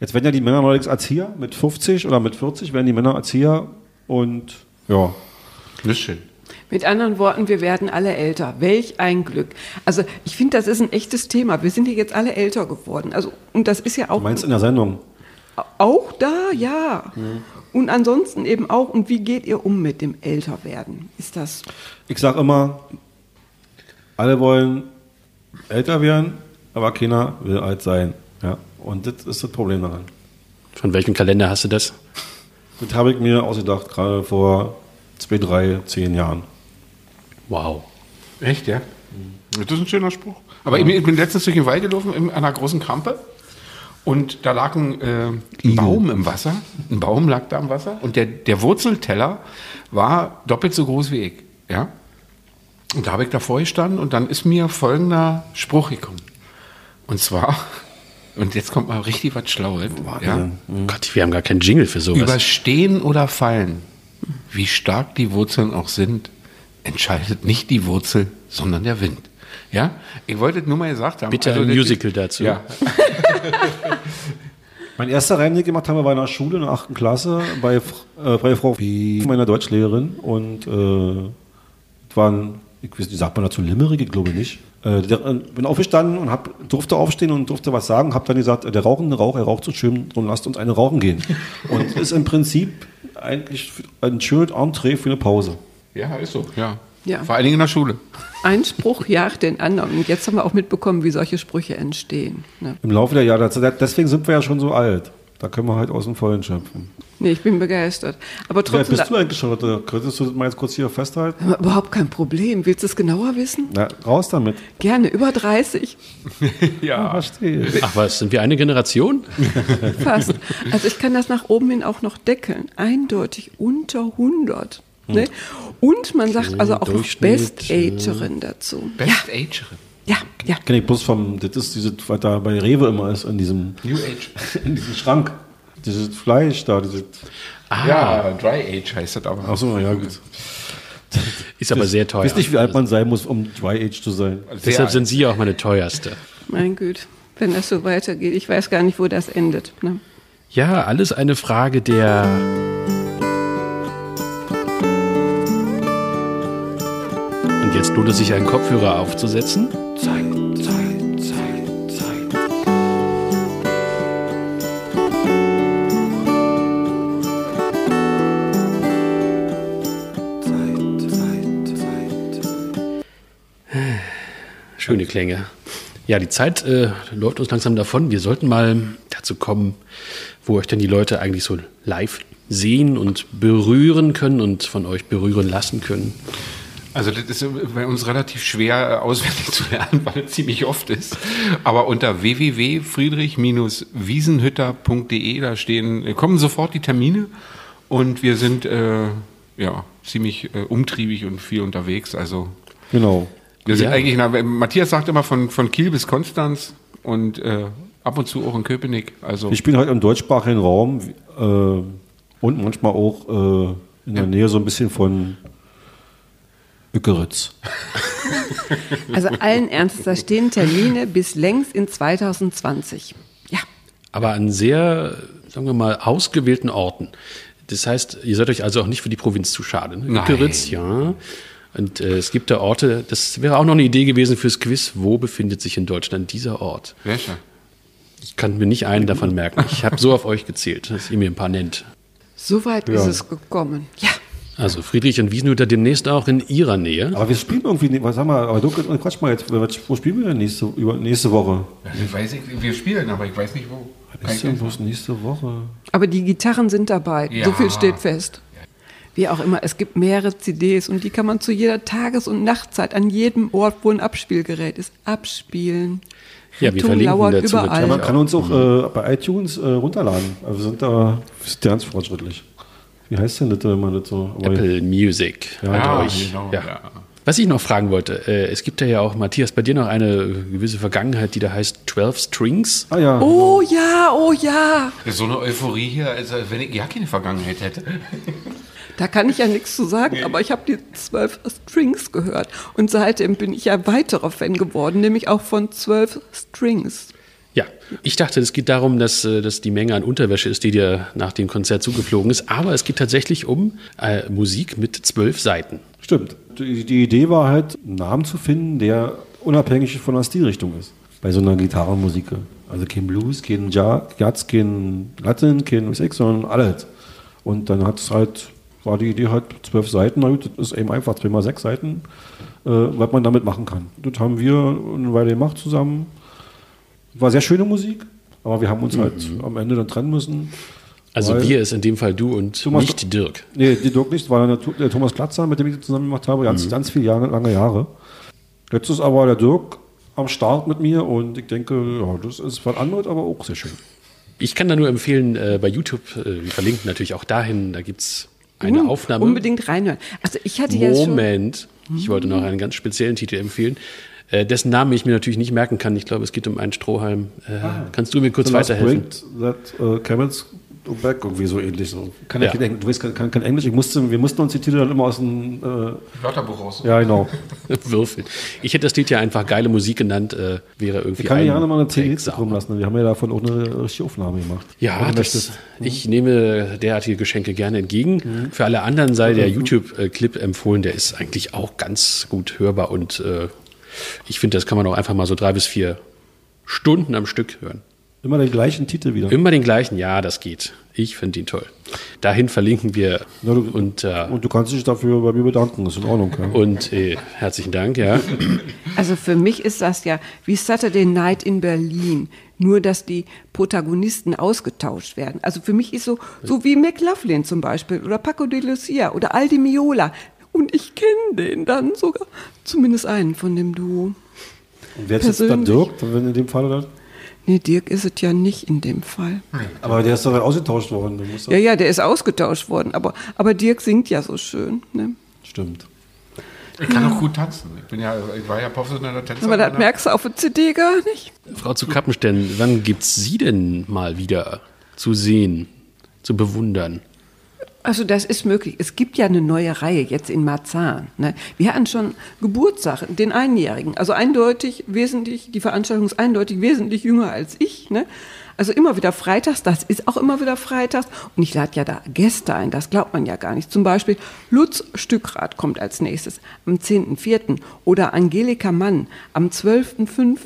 Jetzt werden ja die Männer neulich Erzieher. Mit 50 oder mit 40 werden die Männer Erzieher. Und ja. Das ist schön. Mit anderen Worten, wir werden alle älter. Welch ein Glück. Also ich finde, das ist ein echtes Thema. Wir sind hier jetzt alle älter geworden. Also und das ist ja auch Du meinst in der Sendung? auch da, ja. Und ansonsten eben auch. Und wie geht ihr um mit dem Älterwerden? Ist das Ich sag immer, alle wollen älter werden, aber keiner will alt sein. Ja. Und das ist das Problem daran. Von welchem Kalender hast du das? Das habe ich mir ausgedacht, gerade vor zwei, drei, zehn Jahren. Wow. Echt, ja? Mhm. Das ist ein schöner Spruch. Aber ich bin- ich bin letztens durch den Wald gelaufen in einer großen Krampe und da lag ein, äh, ein Baum im Wasser. Ein Baum lag da im Wasser und der, der Wurzelteller war doppelt so groß wie ich. Ja? Und da habe ich davor gestanden und dann ist mir folgender Spruch gekommen. Und zwar, und jetzt kommt mal richtig was Schlaues. Ja? Mhm. Gott, wir haben gar keinen Jingle für sowas. Überstehen oder fallen, wie stark die Wurzeln auch sind, entscheidet nicht die Wurzel, sondern der Wind. Ja, ich wollte es nur mal gesagt haben. Bitte ein das- Musical dazu. Ja, Mein erster Reim, den ich gemacht habe, war in der Schule in der 8. Klasse bei, Fr- äh, bei Frau P- meiner Deutschlehrerin und äh, es waren, ich weiß nicht, sagt man dazu Limmerige, Ich glaube nicht. Äh, der, äh, bin aufgestanden und hab, durfte aufstehen und durfte was sagen, habe dann gesagt, äh, der rauchende Rauch, er raucht so schön, und lasst uns eine rauchen gehen. Und ist im Prinzip eigentlich ein schönes Entree für eine Pause. Ja, ist so, ja. Ja. Vor allen Dingen in der Schule. Ein Spruch jagt den anderen. Und jetzt haben wir auch mitbekommen, wie solche Sprüche entstehen. Ne? Im Laufe der Jahre, deswegen sind wir ja schon so alt. Da können wir halt aus dem Vollen schöpfen. Nee, ich bin begeistert. Aber Wer trotzdem, bist du eigentlich schon? Oder Könntest du das mal jetzt kurz hier festhalten? überhaupt kein Problem. Willst du es genauer wissen? Na, raus damit. Gerne, über 30. Ja, verstehe. Ach was, sind wir eine Generation? Fast. Also ich kann das nach oben hin auch noch deckeln. Eindeutig unter 100. Ne? Und man sagt also auch noch Durchschnitt, Best-Agerin dazu. Best Agerin. Ja, ja. Kenne ich bloß vom, das ist diese, was da bei Rewe immer ist, in diesem, New Age. in diesem Schrank. Dieses Fleisch da, dieses. Ah, Ja, Dry Age heißt das aber. Achso, ja, gut. Ist aber sehr teuer. Ich weiß nicht, wie alt man sein muss, um Dry Age zu sein. Deshalb sind Sie ja auch meine teuerste. Mein Güte. Wenn das so weitergeht, ich weiß gar nicht, wo das endet. Ne? Ja, alles eine Frage der. Und jetzt lohnt es sich, einen Kopfhörer aufzusetzen. Schöne Klänge. Ja, die Zeit äh, läuft uns langsam davon. Wir sollten mal dazu kommen, wo euch denn die Leute eigentlich so live sehen und berühren können und von euch berühren lassen können. Also das ist bei uns relativ schwer äh, auswendig zu lernen, weil es ziemlich oft ist. Aber unter www.friedrich-wiesenhütter.de, da stehen, äh, kommen sofort die Termine und wir sind äh, ja ziemlich äh, umtriebig und viel unterwegs. Also Genau. wir sind Ja. eigentlich, na, Matthias sagt immer von, von Kiel bis Konstanz und äh, ab und zu auch in Köpenick. Also Ich bin halt im deutschsprachigen Raum äh, und manchmal auch äh, in der Nähe so ein bisschen von Ückeritz. Also allen Ernstes, da stehen Termine bis längst in 2020. Ja, aber an sehr, sagen wir mal, ausgewählten Orten. Das heißt, ihr seid euch also auch nicht für die Provinz zu schade. Ne? Nein. Ückeritz, ja. Und äh, es gibt da Orte, das wäre auch noch eine Idee gewesen fürs Quiz, wo befindet sich in Deutschland dieser Ort? welcher? Ich kann mir nicht einen davon merken. Ich habe so auf euch gezählt, dass ihr mir ein paar nennt. so weit ist es gekommen. Ja, Also Friedrich und Wiesenhütter demnächst auch in ihrer Nähe. Aber wir spielen irgendwie, nicht- was sag mal, aber du quatsch mal jetzt, wo spielen wir denn nächste, über, nächste Woche? Ich weiß nicht, wir spielen, aber ich weiß nicht wo. Ist denn bloß nächste Woche? aber die Gitarren sind dabei. So viel Ja. steht fest. Wie auch immer, es gibt mehrere CDs und die kann man zu jeder Tages- und Nachtzeit an jedem Ort, wo ein Abspielgerät ist, abspielen. Ja, wir Tum verlinken lauert dazu überall. natürlich Man Ja. kann uns auch äh, bei iTunes äh, runterladen. Also wir sind da wir sind ganz fortschrittlich. Wie heißt denn das äh, immer das so? Aber Apple Music. Ja, Hört Ah, euch. genau, ja. ja. Was ich noch fragen wollte, äh, es gibt da ja auch, Matthias, bei dir noch eine gewisse Vergangenheit, die da heißt 12 Strings. Ah ja, Oh ja, oh ja. So eine Euphorie hier, als äh, wenn ich ja keine Vergangenheit hätte. Da kann ich ja nichts zu sagen, aber ich habe die zwölf Strings gehört. Und seitdem bin ich ja weiterer Fan geworden, nämlich auch von zwölf Strings. Ja, ich dachte, es geht darum, dass äh, das die Menge an Unterwäsche ist, die dir nach dem Konzert zugeflogen ist. Aber es geht tatsächlich um äh, Musik mit zwölf Seiten. stimmt. Die, die Idee war halt, einen Namen zu finden, der unabhängig von der Stilrichtung ist. Bei so einer Gitarrenmusik. Also kein Blues, kein Ja- Jazz, kein Latin, kein was ich, sondern alles. Und dann hat es halt, war die Idee halt zwölf Seiten. Na gut, das ist eben einfach, zweimal sechs Seiten, äh, was man damit machen kann. Das haben wir eine Weile gemacht zusammen. War sehr schöne Musik, aber wir haben uns halt am Ende dann trennen müssen. Also Weil- wir ist in dem Fall du und Thomas- nicht Dirk. Nee, die Dirk nicht, war der, Tu- der Thomas Glatzer, mit dem ich das zusammen gemacht habe, Mhm. ganz, ganz viele Jahre, lange Jahre. Jetzt ist aber der Dirk am Start mit mir und ich denke, ja, das ist was anderes, aber auch sehr schön. Ich kann da nur empfehlen, äh, bei YouTube, äh, wir verlinken natürlich auch dahin, da gibt es eine Hm, Aufnahme. Unbedingt reinhören. Also ich hatte ja schon. Moment, ich wollte noch einen ganz speziellen Titel empfehlen, äh, dessen Namen ich mir natürlich nicht merken kann. Ich glaube, es geht um einen Strohhalm. Äh, Kannst du mir kurz The Last weiterhelfen? Break That äh, Camels Back irgendwie so ähnlich. So. Kann Ja. ja. kein, Eng- du weißt, kann, kann kein Englisch. Ich musste, wir mussten uns die Titel dann immer aus dem. Äh, Wörterbuch raus. ja, genau. Würfel. Ich hätte das Lied ja einfach geile Musik genannt, äh, wäre irgendwie. Ich kann ein ja nochmal eine CD Examen. zukommen lassen. Wir haben ja davon auch eine richtige Aufnahme gemacht. Ja, das, ich nehme derartige Geschenke gerne entgegen. Für alle anderen sei der YouTube-Clip empfohlen, der ist eigentlich auch ganz gut hörbar und äh, ich finde, das kann man auch einfach mal so drei bis vier Stunden am Stück hören. Immer den gleichen Titel wieder. Immer den gleichen, ja, das geht. Ich finde ihn toll. Dahin verlinken wir Ja, du- und, äh, Und du kannst dich dafür bei mir bedanken. Das ist in Ordnung. Ja. und äh, herzlichen Dank, ja. Also für mich ist das ja wie Saturday Night in Berlin, nur dass die Protagonisten ausgetauscht werden. Also für mich ist so, so wie McLaughlin zum Beispiel oder Paco de Lucia oder Aldi Miola. Und ich kenne den dann sogar, zumindest einen von dem Duo. Und wer ist jetzt dann Persönlich. Dirk? Wenn in dem Fall oder? Nee, Dirk ist es ja nicht in dem Fall. Aber der ist doch dann ausgetauscht worden. Du musst Ja, ja, der ist ausgetauscht worden, aber, aber Dirk singt ja so schön. Ne? Stimmt. Ich kann auch gut tanzen. Ich, bin ja, ich war ja professioneller Tänzer. Aber das merkst du auf der CD gar nicht. Frau zu Kappenstern, wann gibt's Sie denn mal wieder zu sehen, zu bewundern? Also das ist möglich. Es gibt ja eine neue Reihe jetzt in Marzahn. Ne? Wir hatten schon Geburtstag, den Einjährigen. Also eindeutig, wesentlich, die Veranstaltung ist eindeutig wesentlich jünger als ich. Ne? Also immer wieder freitags, das ist auch immer wieder freitags. Und ich lade ja da Gäste ein, das glaubt man ja gar nicht. Zum Beispiel Lutz Stückrat kommt als nächstes am 10.04. oder Angelika Mann am 12.05.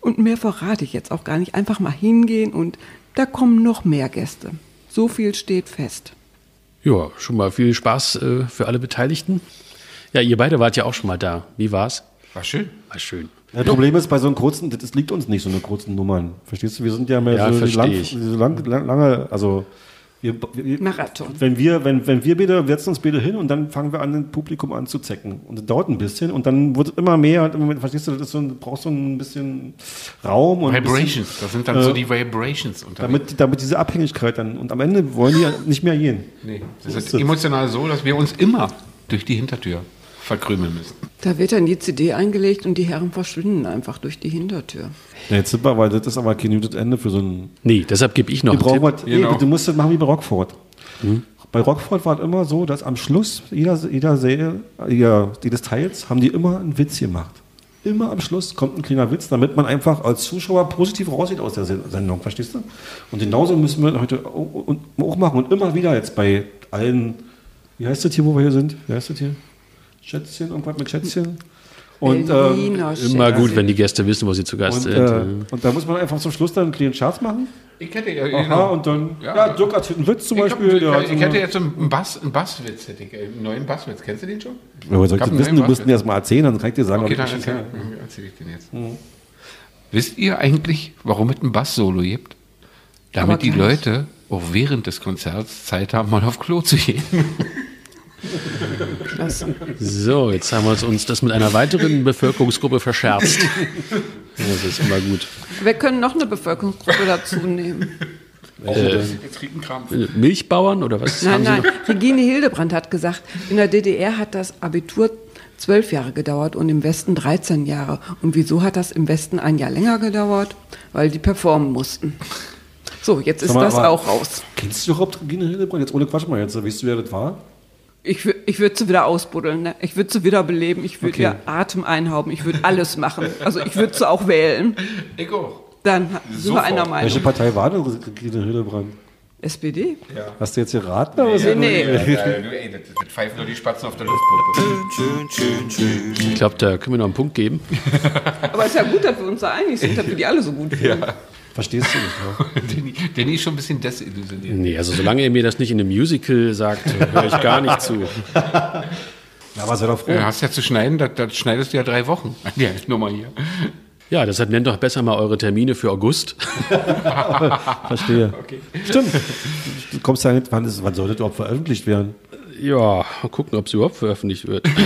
Und mehr verrate ich jetzt auch gar nicht. Einfach mal hingehen und da kommen noch mehr Gäste. So viel steht fest. Ja, schon mal viel Spaß äh, für alle Beteiligten. Ja, ihr beide wart ja auch schon mal da. Wie war's? War schön. War schön. Das Problem ist, bei so einem kurzen, das liegt uns nicht, so eine kurzen Nummern. Verstehst du? Wir sind ja mehr Ja, so, versteh lang, ich. so lang, lang, lange, also wir, wir, Marathon. Wenn wir, wenn, wenn wir beide, wir setzen uns beide hin und dann fangen wir an, das Publikum anzuzecken. Und das dauert ein bisschen und dann wird es immer mehr und im Moment, verstehst du, das ist so, ein- brauchst so ein bisschen Raum und ein Bisschen, Vibrations. Das sind dann so die Vibrations. unterwegs. Äh, damit, damit diese Abhängigkeit dann, und am Ende wollen die ja nicht mehr gehen. Nee, das ist emotional so, dass wir uns immer durch die Hintertür verkrümeln müssen. Da wird dann die CD eingelegt und die Herren verschwinden einfach durch die Hintertür. Ja, jetzt sind wir, weil das ist aber kein gutes Ende für so ein Nee, deshalb gebe ich noch Wir einen brauchen Tipp. Mhm. was, Genau. nee, du musst das machen wie bei Rockford. Bei Rockford war es immer so, dass am Schluss jeder, jeder Serie, jeder, jedes Teils haben die immer einen Witz gemacht. Immer am Schluss kommt ein kleiner Witz, damit man einfach als Zuschauer positiv rausgeht aus der Se- Sendung, verstehst du? Und genauso müssen wir das heute au- und- auch machen und immer wieder jetzt bei allen, wie heißt das hier, wo wir hier sind? Wie heißt das hier? Schätzchen, irgendwas mit Schätzchen. Und, ähm, Berliner Immer Schätze. gut, wenn die Gäste wissen, wo sie zu Gast und, sind. äh, und da muss man einfach zum Schluss dann einen kleinen Scherz machen. Ich hätte ja, Aha, genau. und dann, Ja. ja, Dirk erzählt einen Witz zum ich, Beispiel. hab, ich, ja, also ich hätte jetzt einen, Bass, einen Basswitz, hätte ich, äh, einen neuen Basswitz. Kennst du den schon? Ja, aber soll Ich hab einen ich das wissen, neuen du musst Basswitz. mir erst mal erzählen, dann kann ich dir sagen, Okay, ob dann ich Mhm. ihn erzähl, kenne. erzähl ich den jetzt. Wisst ihr eigentlich, warum es ein Bass-Solo gibt? Damit Aber die klar. Leute auch während des Konzerts Zeit haben, mal auf Klo zu gehen. äh, So, jetzt haben wir uns das mit einer weiteren Bevölkerungsgruppe verscherzt. Das ist immer gut. Wir können noch eine Bevölkerungsgruppe dazu nehmen. Äh, Jetzt kriegt ein Krampf. Milchbauern oder was? Nein, haben Sie nein. noch? Regine Hildebrand hat gesagt, in der DDR hat das Abitur zwölf Jahre gedauert und im Westen 13 Jahre. Und wieso hat das im Westen ein Jahr länger gedauert? Weil die performen mussten. So, jetzt ist Sag mal, das aber- auch raus. Kennst du überhaupt Regine Hildebrand? Jetzt ohne Quatsch mal jetzt, weißt du, wer das war? Ich, wür- ich würde sie wieder ausbuddeln, ne? ich würde sie wieder beleben, ich würde Okay. ihr Atem einhauben, ich würde alles machen. Also ich würde sie auch wählen. Ich auch. Dann sind wir Sofort. einer Welche Meinung. Partei war denn Regine Hildebrand? SPD? Hast du jetzt geraten? oder was? Nee, nee. Ey, Äh, das, das pfeifen doch die Spatzen auf der Luftpumpe. Ich glaube, da können wir noch einen Punkt geben. Aber es ist ja gut, dass wir uns da einig sind, dass wir die alle so gut finden. Verstehst du nicht, ne? ja? Danny, Danny ist schon ein bisschen desillusioniert. Nee, also solange ihr mir das nicht in einem Musical sagt, höre ich gar nicht zu. Na, aber sei doch froh. Du hast ja zu schneiden, das, das schneidest du ja drei Wochen an der Nummer hier. Ja, deshalb nennt doch besser mal eure Termine für August. Verstehe. Stimmt. Du kommst ja nicht, wann, ist, wann soll das überhaupt veröffentlicht werden? Ja, mal gucken, ob es überhaupt veröffentlicht wird.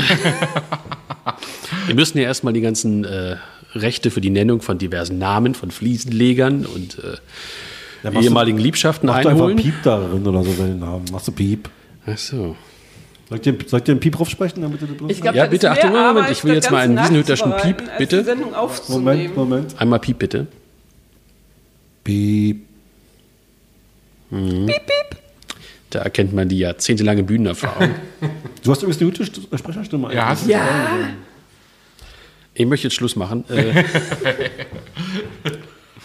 Wir müssen ja erstmal die ganzen äh, Rechte für die Nennung von diversen Namen, von Fliesenlegern und äh, Dann machst du- ehemaligen Liebschaften Mach doch einfach einholen. Piep darin oder so, wenn den Namen. Machst du Piep. Ach so. Soll ich dir, soll ich dir einen Piep draufsprechen, damit du das bloß Ich glaub, Ja, das bitte, ist mehr Achtung, Moment, Arbeit, ich will das jetzt mal einen Ganze Wiesenhütterschen Piep, nachzubereiten, als bitte. Die Sendung aufzunehmen. Moment, Moment. Einmal Piep bitte. Piep. Piep, piep. Da erkennt man die jahrzehntelange Bühnenerfahrung. Du hast übrigens eine gute St- Sprechersstimme. Ja, hast du Ja, ich möchte jetzt Schluss machen. Äh,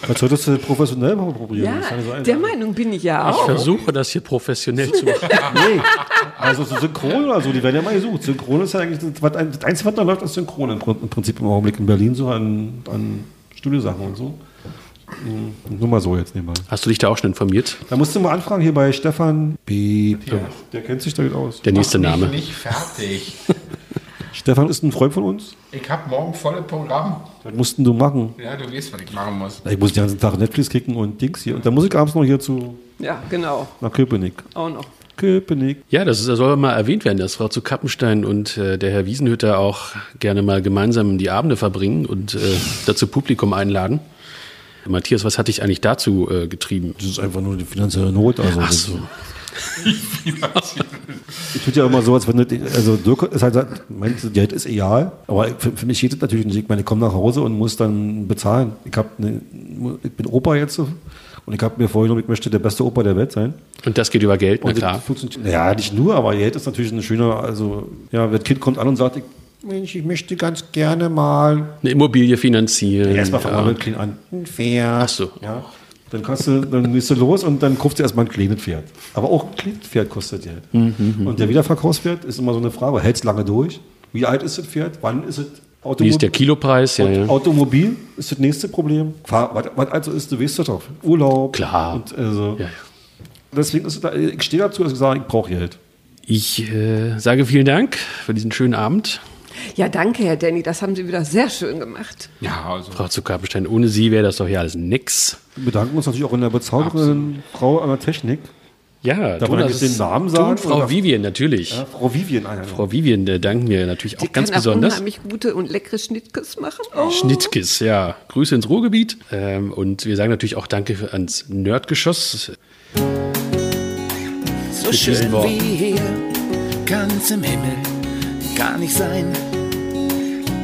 Als solltest du professionell mal probieren. Das ist ja nicht so ja, einfach. der Meinung bin ich ja ich auch. versuche das hier professionell zu machen. Nee, also so Synchron oder so, die werden ja mal gesucht. Synchron ist ja eigentlich das, was, ein- das Einzige, was noch läuft, ist Synchron im, Prin- im Prinzip im Augenblick in Berlin, so an, an Studiosachen und so. Mm, Nur mal so jetzt nebenbei. Hast du dich da auch schon informiert? Da musst du mal anfragen hier bei Stefan B. Der kennt sich damit aus. Der nächste Name. Nicht fertig. Stefan ist ein Freund von uns. Ich habe morgen volles Programm. Das mussten du machen. Ja, du weißt, was ich machen muss. Ich muss den ganzen Tag Netflix kicken und Dings hier. Und dann muss ich abends noch hier zu, Ja, genau. nach Köpenick. Auch noch. Köpenick. Ja, das ist, das soll mal erwähnt werden, dass Frau zu Kappenstein und äh, der Herr Wiesenhütter auch gerne mal gemeinsam die Abende verbringen und äh, dazu Publikum einladen. Matthias, was hat dich eigentlich dazu äh, getrieben? Das ist einfach nur die finanzielle Not. Also Ach so. Ich tue ja immer so, als wenn du, also Dirk ist halt, sagt, mein Geld ist egal, aber für, für mich geht das natürlich nicht. Ich meine, ich komme nach Hause und muss dann bezahlen. Ich, hab ne, ich bin Opa jetzt so, und ich habe mir vorgenommen, ich möchte der beste Opa der Welt sein. Und das geht über Geld, na Und klar. das funktioniert- Ja, nicht nur, aber Geld ist natürlich ein schöner, also, ja, das Kind kommt an und sagt, ich, Mensch, ich möchte ganz gerne mal. Eine Immobilie finanzieren. Erstmal fangen wir ja. mit dem Kind an. Ein Pferd. Ach so. Ja. Dann kannst du, dann gehst du los und dann kaufst du erstmal ein kleines Pferd. Aber auch ein kleines Pferd kostet Geld. Mhm, und der Wiederverkaufswert ist immer so eine Frage, hält es lange durch? Wie alt ist das Pferd? Wann ist es Automobil? Wie ist der Kilopreis? Ja, ja. Automobil ist das nächste Problem. Fahr- Was was also ist, du weißt doch drauf. Urlaub. Klar. Und also, Ja, ja. Deswegen ist es da, ich stehe dazu, dass ich sage, ich brauche Geld. Ich äh, sage vielen Dank für diesen schönen Abend. Ja, danke, Herr Danny. Das haben Sie wieder sehr schön gemacht. Ja, also. Frau zu Kappenstein, ohne Sie wäre das doch hier alles nix. Wir bedanken uns natürlich auch in der bezaubernden Frau an der Technik. Ja, Darf man Jonas eigentlich den ist- Namen sagen? Frau Oder- Vivien, natürlich. Ja, Frau Vivian. einer. Frau Vivien, äh, danken wir natürlich auch Sie ganz kann besonders. auch unheimlich gute und leckere Schnittkiss machen. Oh. Schnittkiss, ja. Grüße ins Ruhrgebiet. Ähm, und wir sagen natürlich auch Danke für- ans Nerdgeschoss. So Mit diesen schön Worten. wie hier kann's im Himmel gar nicht sein.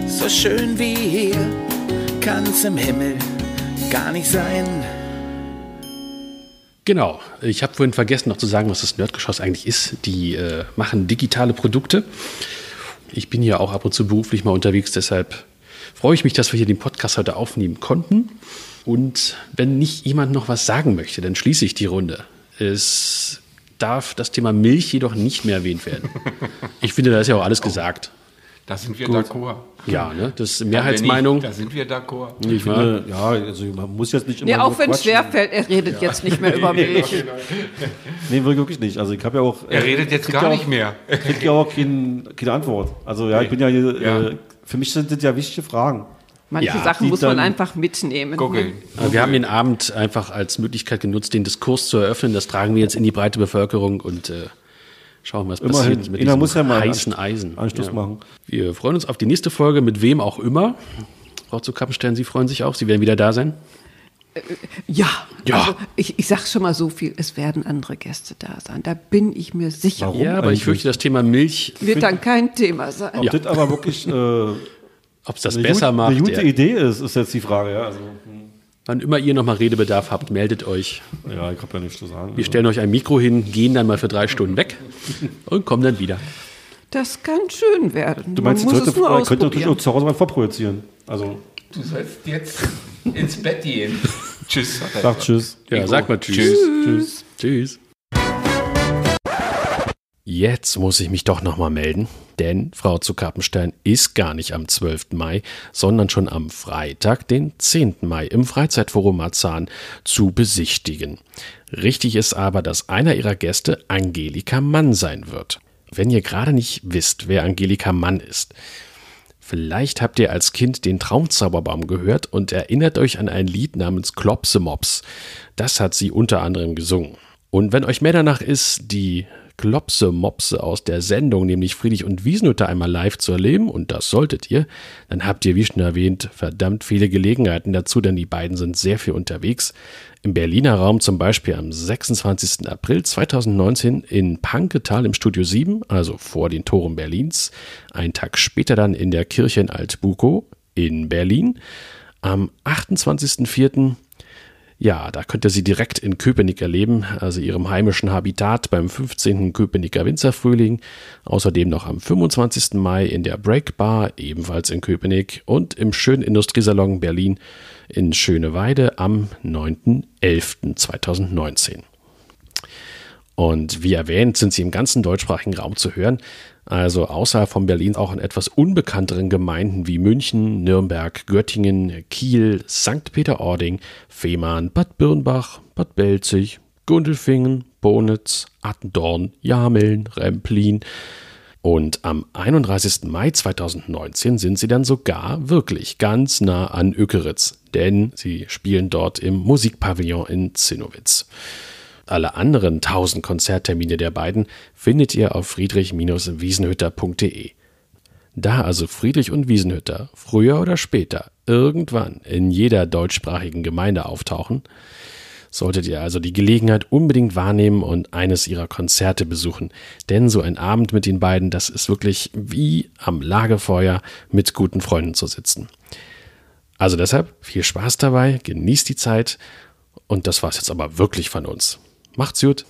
So schön wie hier kann's im Himmel gar nicht sein. Genau. Ich habe vorhin vergessen, noch zu sagen, was das Nerdgeschoss eigentlich ist. Die äh, machen digitale Produkte. Ich bin ja auch ab und zu beruflich mal unterwegs, deshalb freue ich mich, dass wir hier den Podcast heute aufnehmen konnten. Und wenn nicht jemand noch was sagen möchte, dann schließe ich die Runde. Es darf das Thema Milch jedoch nicht mehr erwähnt werden. Ich finde, da ist ja auch alles gesagt. Da sind wir d'accord. Ja, ne? Das ist Mehrheitsmeinung. Da sind wir d'accord. Nicht wahr? Ja, also man muss jetzt nicht immer. Nee, nur auch wenn es quatschen. schwerfällt, er redet jetzt nicht mehr über mich. Nee, wirklich nicht. Also ich habe ja auch. Er redet jetzt krieg gar ja auch, nicht mehr. Ich kriege ja auch kein, keine Antwort. Also ja, ich bin ja hier. Ja. Äh, für mich sind das ja wichtige Fragen. Manche Ja, Sachen die muss man dann- einfach mitnehmen. Google. Aber wir haben den Abend einfach als Möglichkeit genutzt, den Diskurs zu eröffnen. Das tragen wir jetzt in die breite Bevölkerung und äh, schauen, was Immerhin. passiert mit Einer diesem muss ja mal einen heißen Anst- Eisen. Anstoß machen. Wir freuen uns auf die nächste Folge, mit wem auch immer. Frau zu Kappenstein, Sie freuen sich auch. Sie werden wieder da sein. Ja, Ja. Also ich, ich sage schon mal so viel, es werden andere Gäste da sein. Da bin ich mir sicher. Warum? ja, aber ich eigentlich? fürchte, das Thema Milch, Wird dann kein Thema sein. Ob das aber wirklich äh, eine, ob es das gut, besser eine macht. gute Ja. Idee ist, ist jetzt die Frage. Ja, also, Wann immer ihr nochmal Redebedarf habt, meldet euch. ja ich habe ja nichts zu sagen. Also, Wir stellen euch ein Mikro hin, gehen dann mal für drei Stunden weg und kommen dann wieder. Das kann schön werden. du meinst, man man muss es nur könnte, könnte natürlich auch ausprobieren. zu Hause mal vorprojizieren. Also, Du sollst jetzt ins Bett gehen. Tschüss. sag Tschüss. Ja, sag mal Tschüss. Tschüss. Tschüss. Jetzt muss ich mich doch nochmal melden, denn Frau zu Kappenstein ist gar nicht am 12. Mai, sondern schon am Freitag, den 10. Mai, im Freizeitforum Marzahn zu besichtigen. Richtig ist aber, dass einer ihrer Gäste Angelika Mann sein wird. Wenn ihr gerade nicht wisst, wer Angelika Mann ist, Vielleicht habt ihr als Kind den Traumzauberbaum gehört und erinnert euch an ein Lied namens Klopsemops. Das hat sie unter anderem gesungen. Und wenn euch mehr danach ist, die Klopse-Mopse aus der Sendung, nämlich Friedrich und Wiesenhütter einmal live zu erleben, und das solltet ihr, dann habt ihr, wie schon erwähnt, verdammt viele Gelegenheiten dazu, denn die beiden sind sehr viel unterwegs. Im Berliner Raum zum Beispiel am 26. April 2019 in Panketal im Studio 7, also vor den Toren Berlins. Einen Tag später dann in der Kirche in Altbukow in Berlin. Am 28.04. Ja, da könnt ihr sie direkt in Köpenick erleben, also ihrem heimischen Habitat beim 15. Köpenicker Winzerfrühling. Außerdem noch am 25. Mai in der Break Bar, ebenfalls in Köpenick, und im schönen Industriesalon Berlin in Schöneweide am 9.11.2019. Und wie erwähnt, sind sie im ganzen deutschsprachigen Raum zu hören. Also außerhalb von Berlin auch in etwas unbekannteren Gemeinden wie München, Nürnberg, Göttingen, Kiel, St. Peter-Ording, Fehmarn, Bad Birnbach, Bad Belzig, Gundelfingen, Bonitz, Attendorn, Jameln, Remplin. Und am 31. Mai 2019 sind sie dann sogar wirklich ganz nah an Ökeritz, denn sie spielen dort im Musikpavillon in Zinnowitz. Alle anderen 1000 Konzerttermine der beiden findet ihr auf friedrich-wiesenhütter.de. Da also Friedrich und Wiesenhütter früher oder später irgendwann in jeder deutschsprachigen Gemeinde auftauchen, solltet ihr also die Gelegenheit unbedingt wahrnehmen und eines ihrer Konzerte besuchen. Denn so ein Abend mit den beiden, das ist wirklich wie am Lagerfeuer mit guten Freunden zu sitzen. Also deshalb viel Spaß dabei, genießt die Zeit und das war's jetzt aber wirklich von uns. Macht's gut.